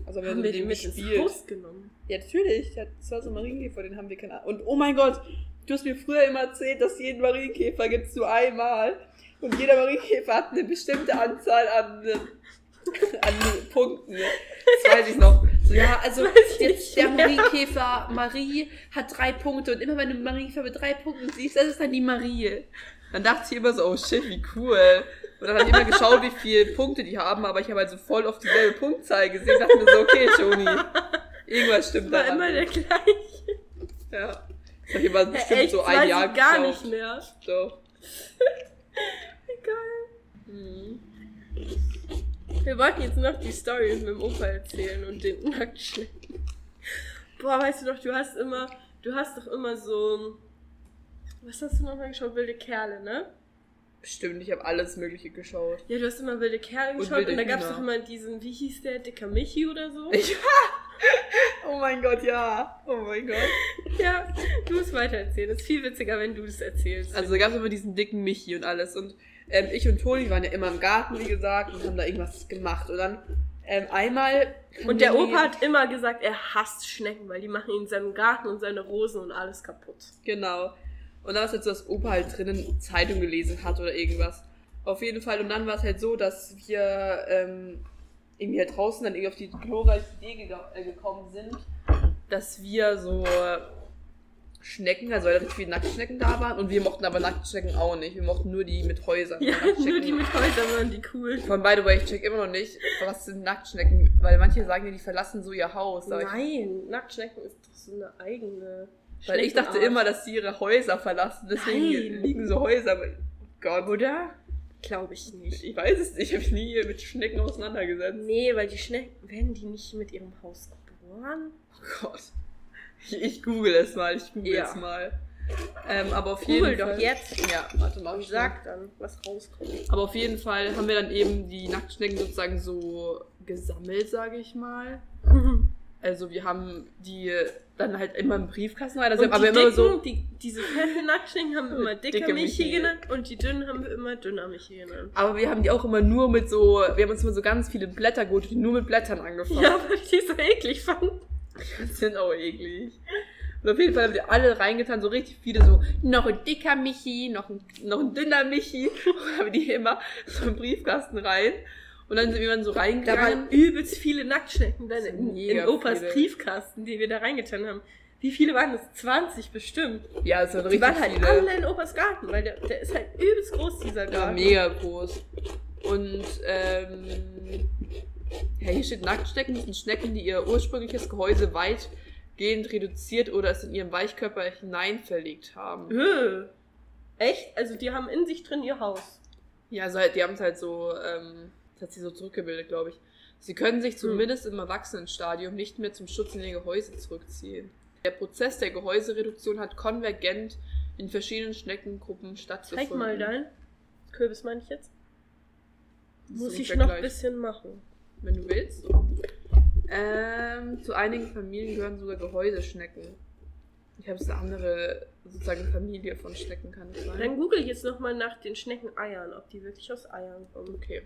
Also haben, Haben wir wir so die mit mit dem ins gespielt. Haus genommen? Ja, natürlich. der- Das war so ein Marienkäfer, den haben wir keine Ahnung. Und oh mein Gott, du hast mir früher immer erzählt, dass jeden Marienkäfer gibt es nur einmal. Und jeder Marienkäfer hat eine bestimmte Anzahl an, äh, an Punkten. ne? Das weiß ich noch. So, ja, also Das weiß ich jetzt nicht der mehr. Marienkäfer Marie hat drei Punkte. Und immer wenn du einen Marienkäfer mit drei Punkten siehst, das ist dann die Marie. Dann dachte ich immer so, oh shit, wie cool. Und dann habe ich immer geschaut, wie viele Punkte die haben, aber ich habe halt so voll auf dieselbe Punktzahl gesehen. Ich dachte mir so, okay, Joni, irgendwas stimmt War daran immer der nicht. gleiche. Ja. Das hab ich immer Ja, bestimmt echt, so das ein weiß Jahr ich gar geschaut. nicht mehr. Doch. Egal. Mhm. Wir wollten jetzt noch die Story mit dem Opa erzählen und den Nacktschnecken. Boah, weißt du doch, du hast immer, du hast doch immer so, was hast du nochmal geschaut? Wilde Kerle, ne? Bestimmt, ich habe alles Mögliche geschaut. Ja, du hast immer wilde Kerle Und geschaut und, wilde da gab es Hühner. doch immer diesen, wie hieß der, dicker Michi oder so? Ich, oh mein Gott, ja. Oh mein Gott. Ja, du musst weitererzählen. Das ist viel witziger, wenn du das erzählst. Also da gab es immer diesen dicken Michi und alles. Und ähm, ich und Toni waren ja immer im Garten, wie gesagt, und haben da irgendwas gemacht. Und dann ähm, einmal. und der Opa hat immer gesagt, er hasst Schnecken, weil die machen ihn seinen Garten und seine Rosen und alles kaputt. Genau. Und dann war es halt so, dass Opa halt drinnen Zeitung gelesen hat oder irgendwas. Auf jeden Fall. Und dann war es halt so, dass wir ähm, irgendwie halt draußen dann irgendwie auf die glorreiche Idee gega- äh, gekommen sind, dass wir so Schnecken, also weil da richtig viele Nacktschnecken da waren. Und wir mochten aber Nacktschnecken auch nicht. Wir mochten nur die mit Häusern. Ja, Nacktschnecken- nur die mit Häusern waren die cool. Von by the way, ich check immer noch nicht, was sind Nacktschnecken, weil manche sagen ja, die verlassen so ihr Haus. Aber ich, Nein, Nacktschnecken ist doch so eine eigene. weil ich dachte Schneckenart. immer, dass sie ihre Häuser verlassen, deswegen Nein. liegen so Häuser. Gott. Oder? Glaube ich nicht. Ich weiß es nicht, ich habe mich nie mit Schnecken auseinandergesetzt. Nee, weil die Schnecken, werden die nicht mit ihrem Haus geboren? Oh Gott. Ich, ich google es mal, ich google Ja. es mal. Ähm, aber auf Google jeden doch Fall. jetzt. Ja, warte mal, ich sag. Sag dann, was rauskommt. Aber auf jeden Fall haben wir dann eben die Nacktschnecken sozusagen so gesammelt, sage ich mal. Also wir haben die dann halt immer im Briefkasten weiter, Und aber die immer dicken, so. die, diese fetten Nacktschnecken haben wir immer dicke, Dicke Michi Michi. genannt und die dünnen haben wir immer dünner Michi genannt. Aber wir haben die auch immer nur mit so, wir haben uns immer so ganz viele Blätter geholt, die nur mit Blättern angefangen. Ja, weil ich die so eklig fand. Das sind auch eklig. Und auf jeden Fall haben wir alle reingetan, so richtig viele, so noch ein dicker Michi, noch ein, noch ein dünner Michi. Und haben die immer so im Briefkasten rein. Und dann sind wir dann so Da waren reingegangen. übelst viele Nacktschnecken dann Das sind in, in mega Opas viele. Briefkasten, die wir da reingetan haben. Wie viele waren das? 20 bestimmt. Ja, es waren Die Also richtig waren halt viele. alle in Opas Garten, weil der, der ist halt übelst groß, dieser Ja, Garten. mega groß. Und, ähm, ja, hier steht Nacktschnecken sind Schnecken, die ihr ursprüngliches Gehäuse weitgehend reduziert oder es in ihren Weichkörper hinein verlegt haben. Äh. Echt? Also die haben in sich drin ihr Haus. Ja, also halt, die haben es halt so, ähm, das hat sie so zurückgebildet, glaube ich. Sie können Hm. sich zumindest im Erwachsenenstadium nicht mehr zum Schutz in ihr Gehäuse zurückziehen. Der Prozess der Gehäusereduktion hat konvergent in verschiedenen Schneckengruppen Zeig stattgefunden. mal dein Kürbis, meine ich jetzt. Das ist Muss ein ich noch ein Vergleich. bisschen machen. Wenn du willst. Ähm, zu einigen Familien gehören sogar Gehäuseschnecken. Ich habe es eine andere, sozusagen Familie von Schnecken, kann es sein. Dann google ich jetzt nochmal nach den Schneckeneiern, ob die wirklich aus Eiern kommen. Okay.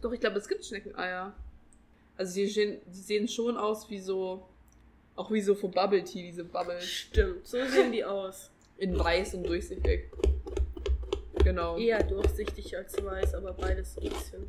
Doch, ich glaube, es gibt Schneckeneier. Also die sehen, die sehen schon aus wie so, auch wie so von Bubble Tea, diese Bubble. Stimmt, so sehen die aus. In weiß und durchsichtig. Genau. Eher durchsichtig als weiß, aber beides so ein bisschen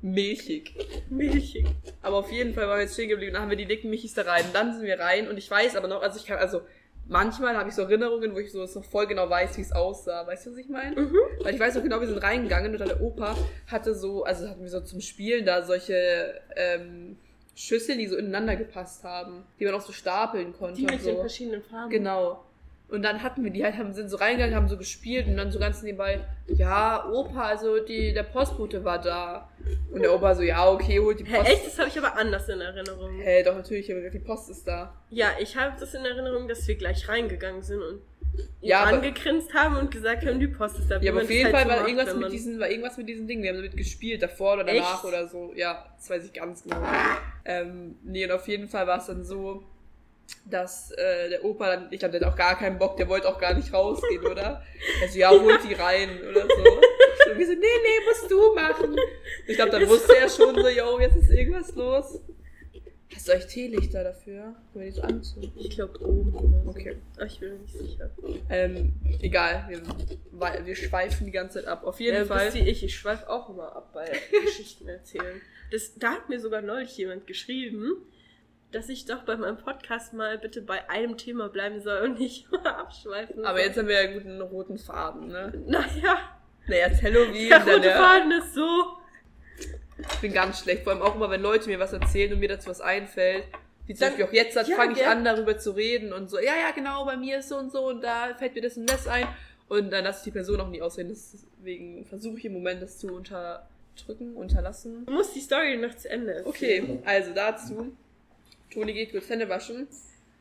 Milchig. milchig. Aber auf jeden Fall waren wir jetzt stehen geblieben. Dann haben wir die dicken Michis da rein. Dann sind wir rein. Und ich weiß aber noch, also ich kann, also manchmal habe ich so Erinnerungen, wo ich so, so voll genau weiß, wie es aussah. Weißt du, was ich meine? Mhm. Weil ich weiß noch genau, wir sind reingegangen und dann der Opa hatte so, also hatten wir so zum Spielen da solche ähm, Schüsseln, die so ineinander gepasst haben, die man auch so stapeln konnte. Die und mit so. den verschiedenen Farben. Genau. Und dann hatten wir die halt, haben, sind so reingegangen, haben so gespielt und dann so ganz nebenbei, ja, Opa, also die, der Postbote war da. Und der Opa so, ja, okay, holt die Hä, Post. echt? Das habe ich aber anders in Erinnerung. Hey, doch, natürlich, aber die Post ist da. Ja, ich habe das in Erinnerung, dass wir gleich reingegangen sind und ihn Ja, aber- angegrinst haben und gesagt haben, die Post ist da. wie Ja, aber man auf das jeden halt Fall so war, macht, irgendwas wenn mit man- diesen, war irgendwas mit diesen Dingen. Wir haben damit gespielt, davor oder danach Echt? oder so. Ja, das weiß ich ganz genau. Ähm, nee, und auf jeden Fall war es dann so, dass äh, der Opa dann, ich glaube, der hat auch gar keinen Bock, der wollte auch gar nicht rausgehen, oder? Also, ja, holt die rein oder so. Und wir so, nee, nee, musst du machen. Und ich glaube, dann wusste er schon so, yo, jetzt ist irgendwas los. Hast du euch Teelichter dafür? Können wir die so anzünden? Ich glaube oben oder so. Okay. Aber ich bin mir nicht sicher. Ähm, egal, wir, wei- wir schweifen die ganze Zeit ab. Auf jeden Äh, Fall. bist wie ich, ich schweife auch immer ab bei Geschichten erzählen. Das, da hat mir sogar neulich jemand geschrieben, dass ich doch bei meinem Podcast mal bitte bei einem Thema bleiben soll und nicht mal abschweifen Aber soll. jetzt haben wir ja einen guten roten Faden, ne? Naja, Naja, das Halloween, der dann rote der, Faden ist so. ich bin ganz schlecht. Vor allem auch immer, wenn Leute mir was erzählen und mir dazu was einfällt. Wie zum Dann- Beispiel auch jetzt, dann ja, fange ich gell? an, darüber zu reden und so, ja, ja, genau, bei mir ist so und so und da fällt mir das und das ein. Und dann lasse ich die Person auch nie ausreden. Deswegen versuche ich im Moment, das zu unterdrücken, unterlassen. Du musst die Story noch zu Ende erzählen. Okay, also dazu. Toni geht kurz Hände waschen.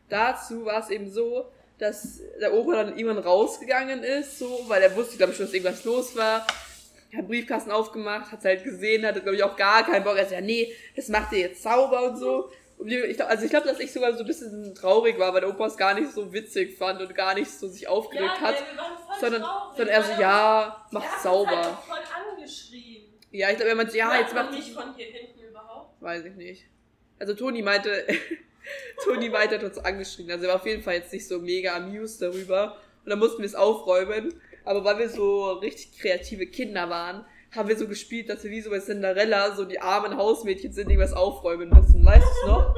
Dazu war es eben so, dass der Opa dann irgendwann rausgegangen ist, so, weil er wusste, glaube ich, schon, dass irgendwas los war. Hat einen Briefkasten aufgemacht, hat es halt gesehen, hatte, glaube ich, auch gar keinen Bock. Er sagt, ja, nee, das macht ihr jetzt sauber und so. Und wir- ich glaub, also ich glaube, dass ich sogar so ein bisschen traurig war, weil der Opa es gar nicht so witzig fand und gar nicht so sich aufgeregt hat. Sondern, sondern er so, ja, macht sauber. voll angeschrien. Ja, ich glaube, er meinte, ja, jetzt macht von hier hinten überhaupt. Weiß ich nicht. Also Toni meinte, Toni meinte hat uns angeschrien. Also er war auf jeden Fall jetzt nicht so mega amused darüber. Und dann mussten wir es aufräumen. Aber weil wir so richtig kreative Kinder waren, haben wir so gespielt, dass wir wie so bei Cinderella so die armen Hausmädchen sind, die was aufräumen müssen. Weißt du noch?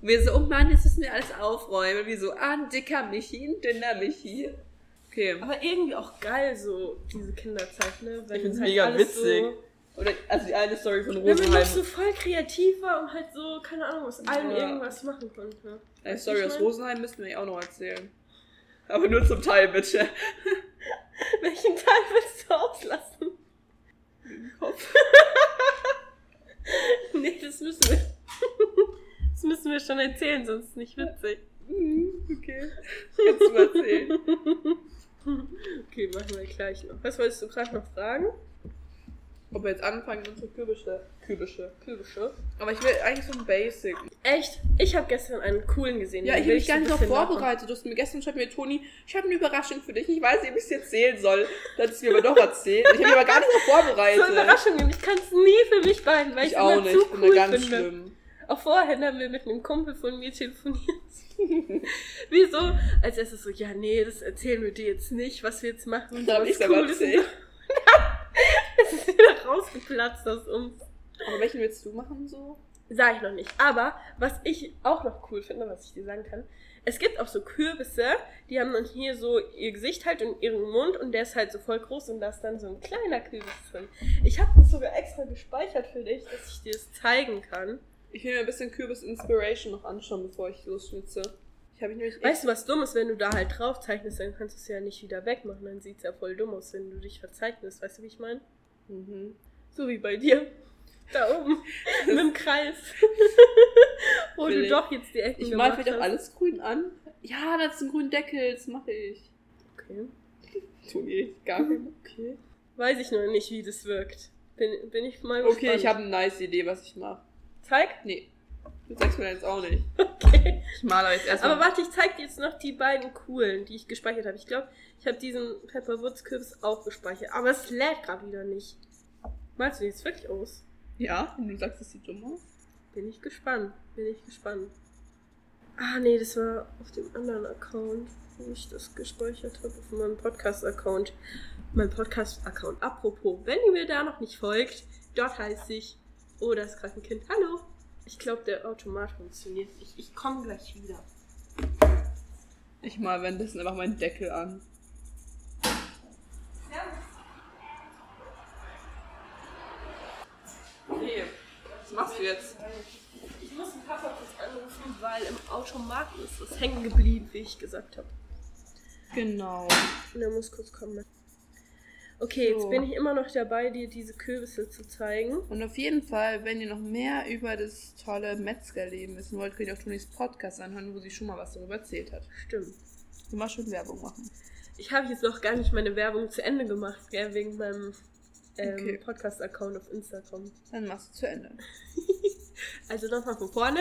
Und wir so, oh Mann, jetzt müssen wir alles aufräumen. Und wir so, ah, ein dicker Michi, ein dünner Michi. Okay. Aber irgendwie auch geil, so diese Kinderzeit, ne? Wenn Ich find's halt mega alles witzig. So Oder, also die eine Story von Wenn man noch Rosenheim. so voll kreativ war und halt so, keine Ahnung, aus allem Ja. irgendwas machen konnte. Eine Weißt Story du, ich aus mein? Rosenheim müssten wir ja auch noch erzählen. Aber nur zum Teil, bitte. Welchen Teil willst du auslassen? Den Kopf. nee, das müssen wir. Das müssen wir schon erzählen, sonst ist nicht witzig. Okay. Kannst du mal erzählen. Okay, machen wir gleich noch. Was wolltest du gerade noch fragen? Ob wir jetzt anfangen, unsere Kürbische. Kürbische. Kürbische. Aber ich will eigentlich so ein Basic. Echt? Ich habe gestern einen coolen gesehen. Ja, den ich will habe mich so gar ein nicht darauf bisschen machen. vorbereitet. Du hast mir gestern schreibt mir Toni, ich habe eine Überraschung für dich. Ich weiß nicht, ob ich es erzählen soll. Dann hat es mir aber doch erzählt. Ich habe mich aber gar nicht darauf So vorbereitet. Überraschungen. Ich kann es nie für mich behalten, weil ich ich es immer auch nicht. zu Ich bin cool da ganz finde. schlimm. Auch vorhin haben wir mit einem Kumpel von mir telefoniert. Wieso? Als erstes so, ja, nee, das erzählen wir dir jetzt nicht, was wir jetzt machen. Da habe was ich es aber Cooles. erzählt. Es ist wieder rausgeplatzt aus uns. Aber welchen willst du machen so? Sag ich noch nicht. Aber was ich auch noch cool finde, was ich dir sagen kann, es gibt auch so Kürbisse, die haben dann hier so ihr Gesicht halt und ihren Mund und der ist halt so voll groß und da ist dann so ein kleiner Kürbis drin. Ich habe das sogar extra gespeichert für dich, dass ich dir das zeigen kann. Ich will mir ein bisschen Kürbis Inspiration noch anschauen, bevor ich losschnitze. Ich habe mich nämlich. Weißt du, was dumm ist, wenn du da halt drauf zeichnest, dann kannst du es ja nicht wieder wegmachen. Dann sieht's ja voll dumm aus, wenn du dich verzeichnest. Weißt du, wie ich meine? Mhm. So wie bei dir. Da oben. mit dem Kreis. Wo Will du ich. doch jetzt die Ecken Ich mal gemacht vielleicht auch hast. alles grün an. Ja, das ist ein grünen Deckel, das mache ich. Okay. Toni, ich gar kein. Okay. Weiß ich noch nicht, wie das wirkt. Bin, bin ich mal Okay, ich habe gespannt. eine nice Idee, was ich mache. Zeig? Nee, du sagst mir jetzt auch nicht. Okay. Ich male jetzt erstmal. Aber warte, ich zeig dir jetzt noch die beiden coolen, die ich gespeichert habe. Ich glaube, ich habe diesen Pepperwoods-Kürbis auch gespeichert. Aber es lädt gerade wieder nicht. Malst du den jetzt wirklich aus? Ja, und du sagst, es sieht dumm aus. Bin ich gespannt. Bin ich gespannt. Ah, nee, das war auf dem anderen Account, wo ich das gespeichert habe, auf meinem Podcast-Account. Mein Podcast-Account. Apropos, wenn ihr mir da noch nicht folgt, dort heißt ich, oh, da ist gerade ein Kind. Hallo! Ich glaube, der Automat funktioniert nicht. Ich komme gleich wieder. Ich mal währenddessen einfach meinen Deckel an. Okay, was machst du jetzt? Ich muss den Papa kurz anrufen, weil im Automaten ist es hängen geblieben, wie ich gesagt habe. Genau. Und er muss kurz kommen. ne? Okay, So. jetzt bin ich immer noch dabei, dir diese Kürbisse zu zeigen. Und auf jeden Fall, wenn ihr noch mehr über das tolle Metzgerleben wissen wollt, könnt ihr auch Tonis Podcast anhören, wo sie schon mal was darüber erzählt hat. Stimmt. Du mal schön Werbung machen. Ich habe jetzt noch gar nicht meine Werbung zu Ende gemacht, gell, wegen meinem ähm, Okay. Podcast-Account auf Instagram. Dann machst du zu Ende. Also nochmal von vorne.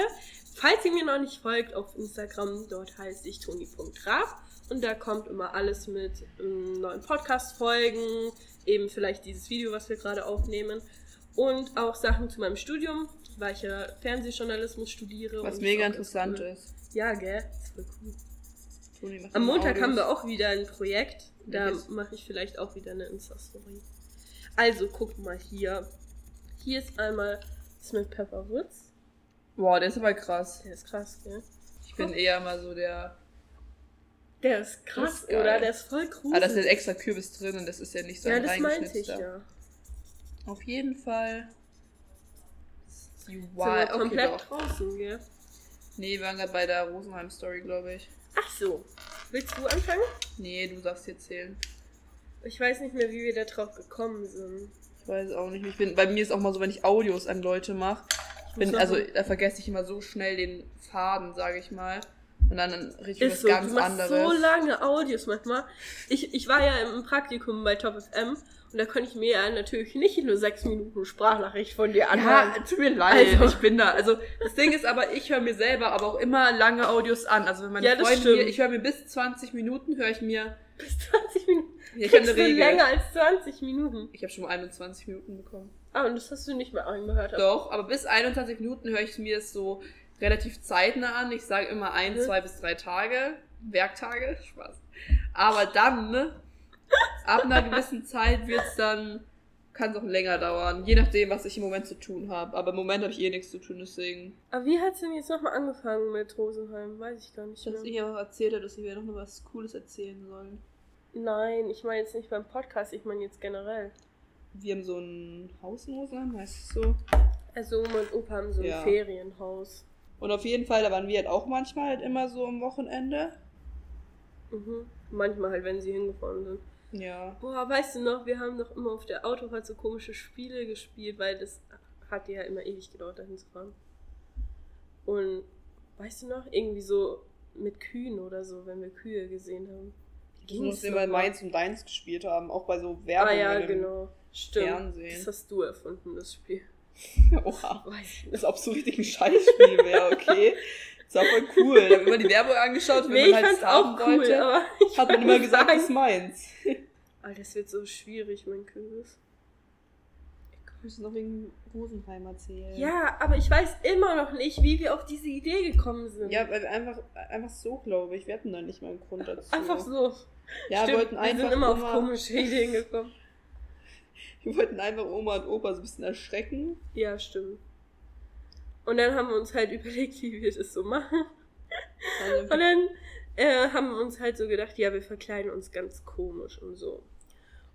Falls ihr mir noch nicht folgt auf Instagram, dort heiße ich toni.raf und da kommt immer alles mit ähm, neuen Podcast-Folgen, eben vielleicht dieses Video, was wir gerade aufnehmen und auch Sachen zu meinem Studium, weil ich ja Fernsehjournalismus studiere. Was und mega auch ganz interessant cool. ist. Genau, Ja, gell? Ist voll cool. Toni macht Am immer Montag Audios. haben wir auch wieder ein Projekt. Da Yes. mache ich vielleicht auch wieder eine Insta-Story. Also, guck mal hier. Hier ist einmal das mit Pepper Woods. Boah, der ist aber krass. Der ist krass, gell? Ich bin eher mal so der. Der ist krass, Das ist geil. oder? Der ist voll gruselig. Ah, da ist jetzt extra Kürbis drin und das ist ja nicht so ja, ein das meinte ich reingeschnitzter. ja. Auf jeden Fall. Die Sind Wild. wir Okay, komplett doch. draußen, gell? Nee, wir waren gerade bei der Rosenheim-Story, glaube ich. Ach so. Willst du anfangen? Nee, du darfst hier zählen. Ich weiß nicht mehr, wie wir da drauf gekommen sind. Ich weiß auch nicht. Ich bin, bei mir ist auch mal so, wenn ich Audios an Leute mache, Ich muss bin, noch- also da vergesse ich immer so schnell den Faden, sage ich mal. Und dann richte ich was Ist so, ganz du machst anderes. so lange Audios manchmal. Ich, ich war ja im Praktikum bei Top FM und da konnte ich mir ja natürlich nicht nur sechs Minuten Sprachnachricht von dir anhören. Ja, tut mir leid, Also- ich bin da. Also das Ding ist aber, ich höre mir selber aber auch immer lange Audios an. Also wenn meine Ja, das Freunde stimmt. mir, ich höre mir bis 20 Minuten, höre ich mir, Bis 20 Minuten. ich habe Kriegst eine du Regel. länger als 20 Minuten. Ich habe schon mal 21 Minuten bekommen. Ah, und das hast du nicht mehr angehört. Doch, aber bis 21 Minuten höre ich mir es so relativ zeitnah an. Ich sage immer ein, Mhm. zwei bis drei Tage, Werktage, Spaß. Aber dann, ne, ab einer gewissen Zeit wird's dann, kann es auch länger dauern, je nachdem, was ich im Moment zu tun habe. Aber im Moment habe ich eh nichts zu tun, deswegen. Aber wie hat's denn jetzt nochmal angefangen mit Rosenheim? Weiß ich gar nicht mehr. Dass ich auch erzählt habe, dass ich mir noch mal was Cooles erzählen sollen. Nein, ich meine jetzt nicht beim Podcast, ich meine jetzt generell. Wir haben so ein Haus in Rosenheim, heißt es so. Also Oma und Opa haben so ein Ja. Ferienhaus. Und auf jeden Fall, da waren wir halt auch manchmal halt immer so am Wochenende. Mhm. Manchmal halt, wenn sie hingefahren sind. Ja. Boah, weißt du noch, wir haben doch immer auf der Autofahrt so komische Spiele gespielt, weil das hat ja immer ewig gedauert, dahin zu fahren. Und weißt du noch, irgendwie so mit Kühen oder so, wenn wir Kühe gesehen haben. Du musst immer noch mal? meins und deins gespielt haben, auch bei so Werbung. Ah ja, im genau. Stimmt. Das Fernsehen. hast du erfunden, das Spiel. Oha. Weiß ich Als ob es so richtig ein Scheißspiel wäre, okay? Das war voll cool. Da haben wir die Werbung angeschaut, wenn Nee, ich man halt fand's haben auch cool, wollte. aber. hat man immer gesagt, das ist meins. Alter, Ah, das wird so schwierig, mein Kürbis. Wir müssen noch wegen Rosenheim erzählen. Ja, aber ich weiß immer noch nicht, wie wir auf diese Idee gekommen sind. Ja, weil einfach, einfach so, glaube ich. Wir hatten da nicht mal einen Grund dazu. einfach so. Ja, Stimmt, wollten einfach wir sind immer auf komische Ideen gekommen. Wir wollten einfach Oma und Opa so ein bisschen erschrecken. Ja, stimmt. Und dann haben wir uns halt überlegt, wie wir das so machen. Und Und dann- dann äh, haben wir uns halt so gedacht, ja, wir verkleiden uns ganz komisch und so.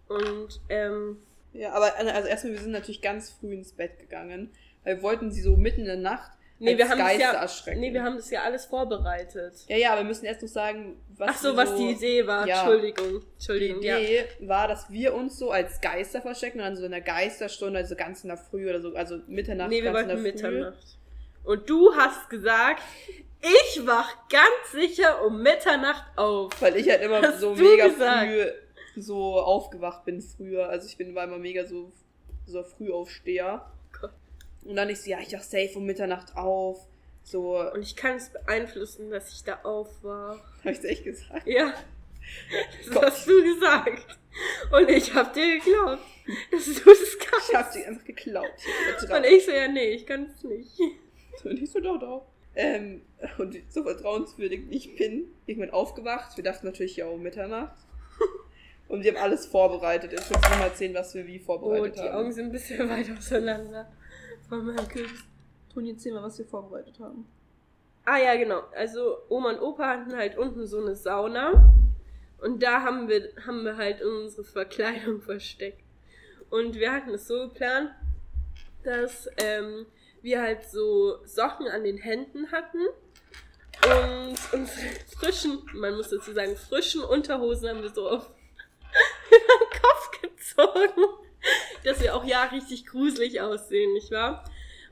Und ähm, Ja, aber also erstmal, wir sind natürlich ganz früh ins Bett gegangen. Weil wir wollten sie so mitten in der Nacht nee, als wir haben das Geister ja, erschrecken. nee, wir haben das ja alles vorbereitet. ja, ja, aber wir müssen erst noch sagen, was Ach so, wir was die Idee war. Ja. Entschuldigung, Die Entschuldigung. ja. Idee war, dass wir uns so als Geister verstecken und dann so in der Geisterstunde, also ganz in der Früh oder so, also Mitternacht, nee, wir ganz in der wollten Früh. Mitternacht. Und du hast gesagt, ich wach ganz sicher um Mitternacht auf. Weil ich halt immer Hast so du mega gesagt. früh so aufgewacht bin früher. Also ich bin war immer mega so, so Frühaufsteher. Gott. Und dann ich so, ja, ich wach safe um Mitternacht auf. So, hab Und ich kann es beeinflussen, dass ich da aufwach. ich's echt gesagt. Ja. Das Gott. hast du gesagt. Und ich hab dir geglaubt, dass du das kannst. Ich hab sie einfach geklaut. Ich hab Und vertraut. ich so, ja, nee, ich kann es nicht. Und ich so, doch, doch. Ähm, und so vertrauenswürdig wie ich bin, irgendwann aufgewacht. Wir dachten natürlich ja um Mitternacht. Und wir haben alles vorbereitet. Jetzt kannst du mal erzählen, was wir wie Oh, vorbereitet die haben. Augen sind ein bisschen weit auseinander von meinem Kürbis. Toni, erzähl mal, was wir vorbereitet haben. Ah ja, genau. Also Oma und Opa hatten halt unten so eine Sauna. Und da haben wir, haben wir halt unsere Verkleidung versteckt. Und wir hatten es so geplant, dass ähm, wir halt so Socken an den Händen hatten. Und unsere frischen, man muss dazu sagen, frischen Unterhosen haben wir so auf den Kopf gezogen. Dass wir auch ja richtig gruselig aussehen, nicht wahr?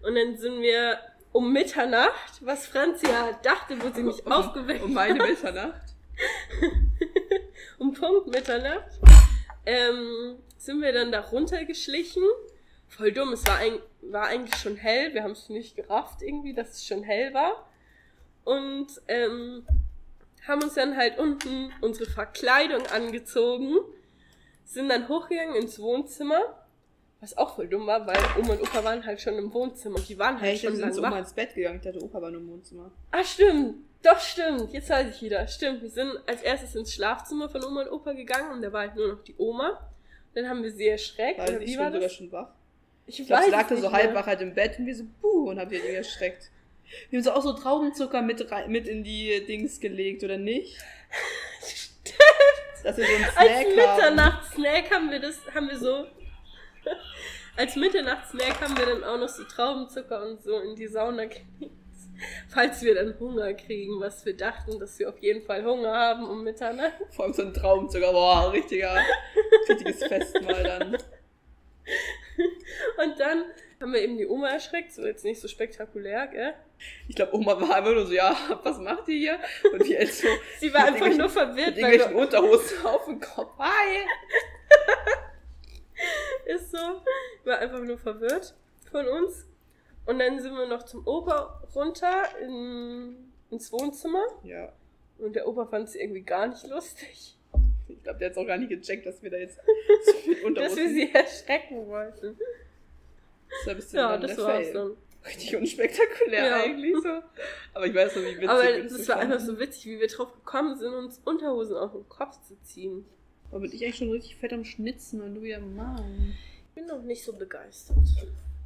Und dann sind wir um Mitternacht, was Franzi ja dachte, wo sie mich Um- aufgeweckt Um meine Mitternacht. um Punkt Mitternacht ähm, sind wir dann da runtergeschlichen. Voll dumm, es war, ein, war eigentlich schon hell. Wir haben es nicht gerafft irgendwie, dass es schon hell war. Und ähm, haben uns dann halt unten unsere Verkleidung angezogen, sind dann hochgegangen ins Wohnzimmer, was auch voll dumm war, weil Oma und Opa waren halt schon im Wohnzimmer. und Die waren halt Hey, ich schon bin lange so wach. mal ins Bett gegangen. Ich dachte, Opa war nur im Wohnzimmer. Ah, stimmt. Doch, stimmt. Jetzt weiß ich wieder. Stimmt. Wir sind als erstes ins Schlafzimmer von Oma und Opa gegangen und da war halt nur noch die Oma. Dann haben wir sie erschreckt. Weil oder Also ich wie war war sogar das? schon wach. Ich, Ich glaube, sie es lag da nicht so mehr. halb wach halt im Bett und wir so, buh, und hab die irgendwie erschreckt. Wir haben so auch so Traubenzucker mit, rein, mit in die Dings gelegt, oder nicht? Dass wir so einen Snack Als haben. Mitternachtssnack haben wir das, haben wir so. Als Mitternachtssnack haben wir dann auch noch so Traubenzucker und so in die Sauna gelegt. Falls wir dann Hunger kriegen, was wir dachten, dass wir auf jeden Fall Hunger haben um Mitternacht. Vor allem so ein Traubenzucker. Boah, richtiger, richtiges Festmahl dann. Und dann haben wir eben die Oma erschreckt, so jetzt nicht so spektakulär, gell? Ich glaube, Oma war einfach nur so, ja, was macht ihr hier? Und die jetzt so Sie war Mit einfach nur verwirrt, mit weil irgendwelchen Unterhosen auf dem Kopf. Hi! ist so. War einfach nur verwirrt von uns. Und dann sind wir noch zum Opa runter in, ins Wohnzimmer. Ja. Und der Opa fand es irgendwie gar nicht lustig, Ich glaube, der hat auch gar nicht gecheckt, dass wir da jetzt so mit dass Unterhosen wir sie erschrecken wollten. Das war ein bisschen Ja, dann das der war's Fail. dann. Richtig unspektakulär Ja. eigentlich so. Aber ich weiß noch, wie witzig Aber wir das war fanden. einfach so witzig, wie wir drauf gekommen sind, uns Unterhosen auf den Kopf zu ziehen. Aber bin ich eigentlich schon richtig fett am Schnitzen und du wieder Mann. Ich bin noch nicht so begeistert.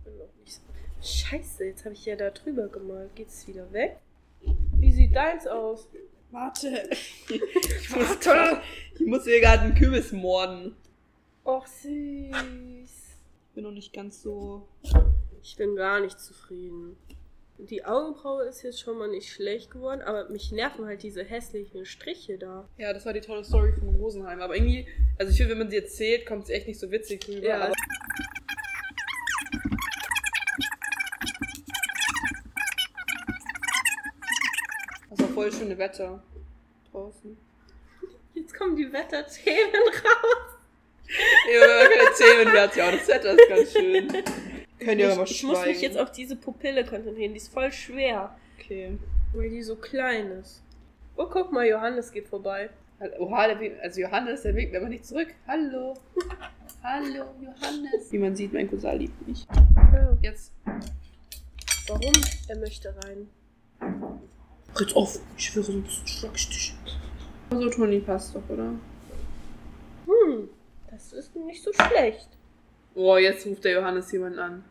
Bin noch nicht so. Scheiße, jetzt habe ich ja da drüber gemalt. Geht's wieder weg? Wie sieht deins aus? Warte. Ich muss, grad- ich muss hier gerade einen Kürbis morden. Och, süß. Ich bin noch nicht ganz so. Ich bin gar nicht zufrieden. die Augenbraue ist jetzt schon mal nicht schlecht geworden, aber mich nerven halt diese hässlichen Striche da. Ja, das war die tolle Story von Rosenheim. Aber irgendwie, also ich finde, wenn man sie erzählt, kommt es echt nicht so witzig rüber. Ja. Aber das war voll schöne Wetter draußen. Jetzt kommen die Wetterthemen raus. Ja, wenn man kann erzählen, wenn wir erzählen. Ja, das Wetter ist ganz schön. Könnt ihr Ich, aber ich muss mich schweigen. jetzt auf diese Pupille konzentrieren, die ist voll schwer, Okay. weil die so klein ist. Oh, guck mal, Johannes geht vorbei. Oha, der winkt, also Johannes, der winkt aber nicht zurück. Hallo. Hallo, Johannes. Wie man sieht, mein Cousin liebt mich. Ja, Jetzt. warum? Er möchte rein. Jetzt auf. Ich schwöre, sonst schlag ich dich. So, Toni, passt doch, oder? Hm, das ist nicht so schlecht. Boah, Oh, jetzt ruft der Johannes jemanden an.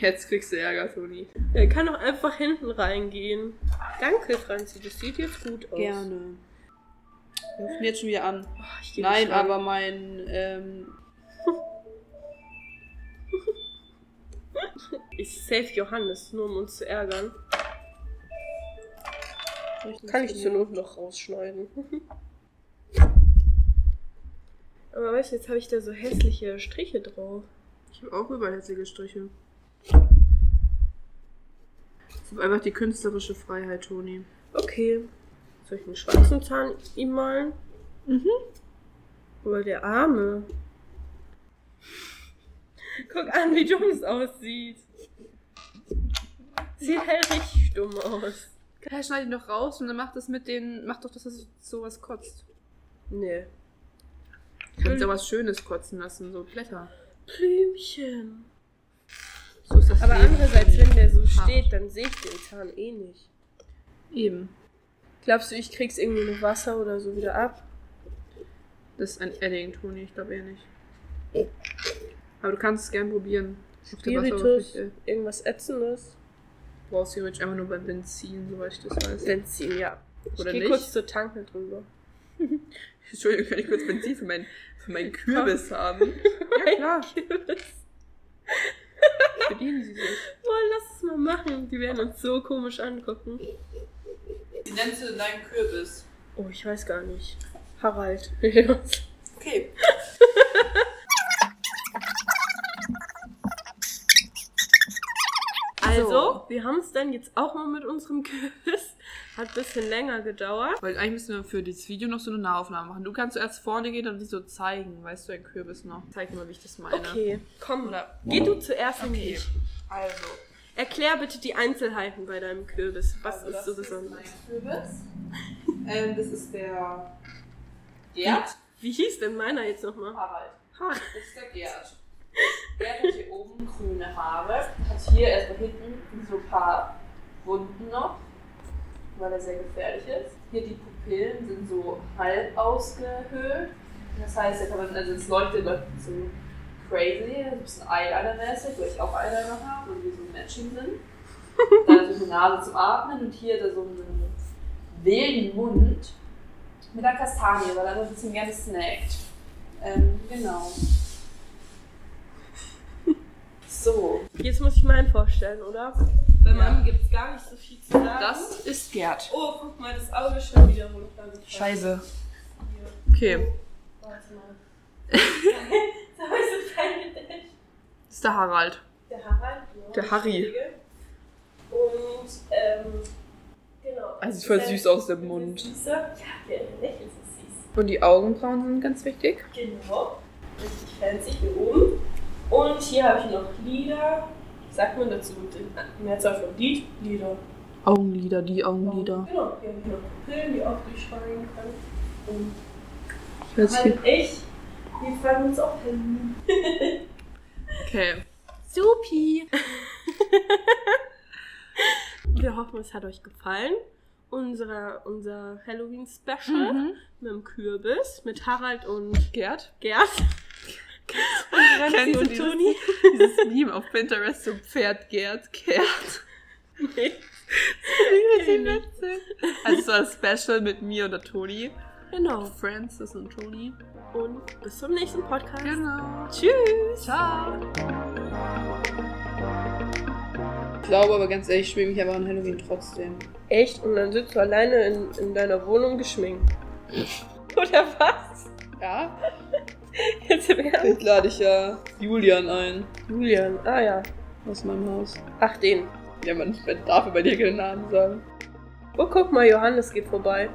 Jetzt kriegst du Ärger, Toni. Er kann doch einfach hinten reingehen. Danke, Franzi, das sieht jetzt gut aus. Wir rufen jetzt schon wieder an. Ach, ich geh Nein, nicht rein. aber mein, ähm, Ich save Johannes, nur um uns zu ärgern. Kann ich zur Not noch rausschneiden. aber weißt du, jetzt habe ich da so hässliche Striche drauf. Ich habe auch überall hässliche Striche. Ich habe einfach die künstlerische Freiheit, Toni. Okay. Soll ich einen schwarzen Zahn ihm malen? Mhm. Oder der Arme? Guck an, wie dumm es aussieht. Sieht halt richtig dumm aus. Ja, schneid ihn doch raus und dann mach das mit den. Mach doch, dass das sowas kotzt. Nee. Kannst ja was Schönes kotzen lassen, so Blätter. Blümchen. So ist das Aber Leben. andererseits, wenn der so Hart. steht, dann sehe ich den Zahn eh nicht. Eben. Glaubst du, ich krieg's irgendwie mit Wasser oder so wieder ab? Das ist ein Edding, Toni, ich glaube eher nicht. Aber du kannst es gern probieren. Auf der Spiritus, Wasseroberfläche. irgendwas Ätzendes? Du brauchst theoretisch einfach nur beim Benzin, soweit ich das weiß. Benzin, ja. Ich Oder geh nicht? kurz zur Tanke drüber. Entschuldigung, kann ich kurz Benzin für, mein, für meinen Kürbis haben? Ja, klar. Bedienen Sie sich. Wollen, lass es mal machen. Die werden uns so komisch angucken. wie nennst du deinen Kürbis? Oh, ich weiß gar nicht. Harald. Okay. also, wir haben es dann jetzt auch mal mit unserem Kürbis. Hat ein bisschen länger gedauert. Weil eigentlich müssen wir für dieses Video noch so eine Nahaufnahme machen. Du kannst zuerst vorne gehen und die so zeigen. Weißt du, ein Kürbis noch. Zeig mal, wie ich das meine. Okay, komm. Oder- Geh du zuerst und Okay. ich. Also, Erklär bitte die Einzelheiten bei deinem Kürbis. Was also ist so besonders? mein Kürbis. ähm, das ist der Gerd. Wie hieß denn meiner jetzt nochmal? Harald. Ha. Das ist der Gerd. Gerd hat hier oben grüne Haare, hat hier erstmal hinten so ein paar Wunden noch, weil er sehr gefährlich ist. Hier die Pupillen sind so halb ausgehöhlt. Das heißt, da kann man, also es leuchtet leuchtet so crazy, so ein bisschen Eyeliner-mäßig, weil ich auch Eyeliner habe und wir so matching sind. Da ist so eine Nase zum Atmen und hier da so einen wilden Mund mit einer Kastanie, weil er so ein bisschen gerne snackt. Ähm, genau. So. Jetzt muss ich meinen vorstellen, oder? Bei Ja. meinem gibt's gar nicht so viel zu sagen. Das ist Gerd. Oh, guck mal, das Auge ist schon wieder runtergefallen. Scheiße. Hier. Okay. Warte mal. da ist es keine Dash. Das ist der Harald. Der Harald. Ja, Der Harry. Kollege. Und, ähm, genau. Also, es sieht voll süß aus, der Mund. Süßer. Ja, der Lächeln ist süß. Und die Augenbrauen sind ganz wichtig. Genau. Richtig fancy hier oben. Und hier habe ich noch Lieder. Sagt man dazu den Mehrzahl von Lied? Lieder. Augenlider, die Augenlider. Genau. Hier habe ich noch Pupillen, die aufgeschlagen können. Und Ich weiß Harald nicht. und ich, wir fangen uns auch hin. Okay. Supi! Wir hoffen, es hat euch gefallen. Unsere, unser Halloween-Special Mhm. mit dem Kürbis, mit Harald und Gerd? Gerd. und Renzi Kennst du und dieses- Toni. Dieses Meme auf Pinterest zum Pferd Gerd, Gerd. Nee. Ähnlich. Also es war das Special mit mir und der Toni. Genau. Francis und Toni. Und bis zum nächsten Podcast. Genau. Tschüss. Ciao. glaube aber ganz ehrlich, ich schmink mich aber an Halloween trotzdem. Echt? Und dann sitzt du alleine in, in deiner Wohnung geschminkt. Oder was? Ja? Jetzt im Ernst? Jetzt lade ich ja Julian ein Julian, ah ja. aus meinem Haus. Ach, den. Ja, man, man darf ja bei dir keinen Namen sagen. Oh, guck mal, Johannes geht vorbei.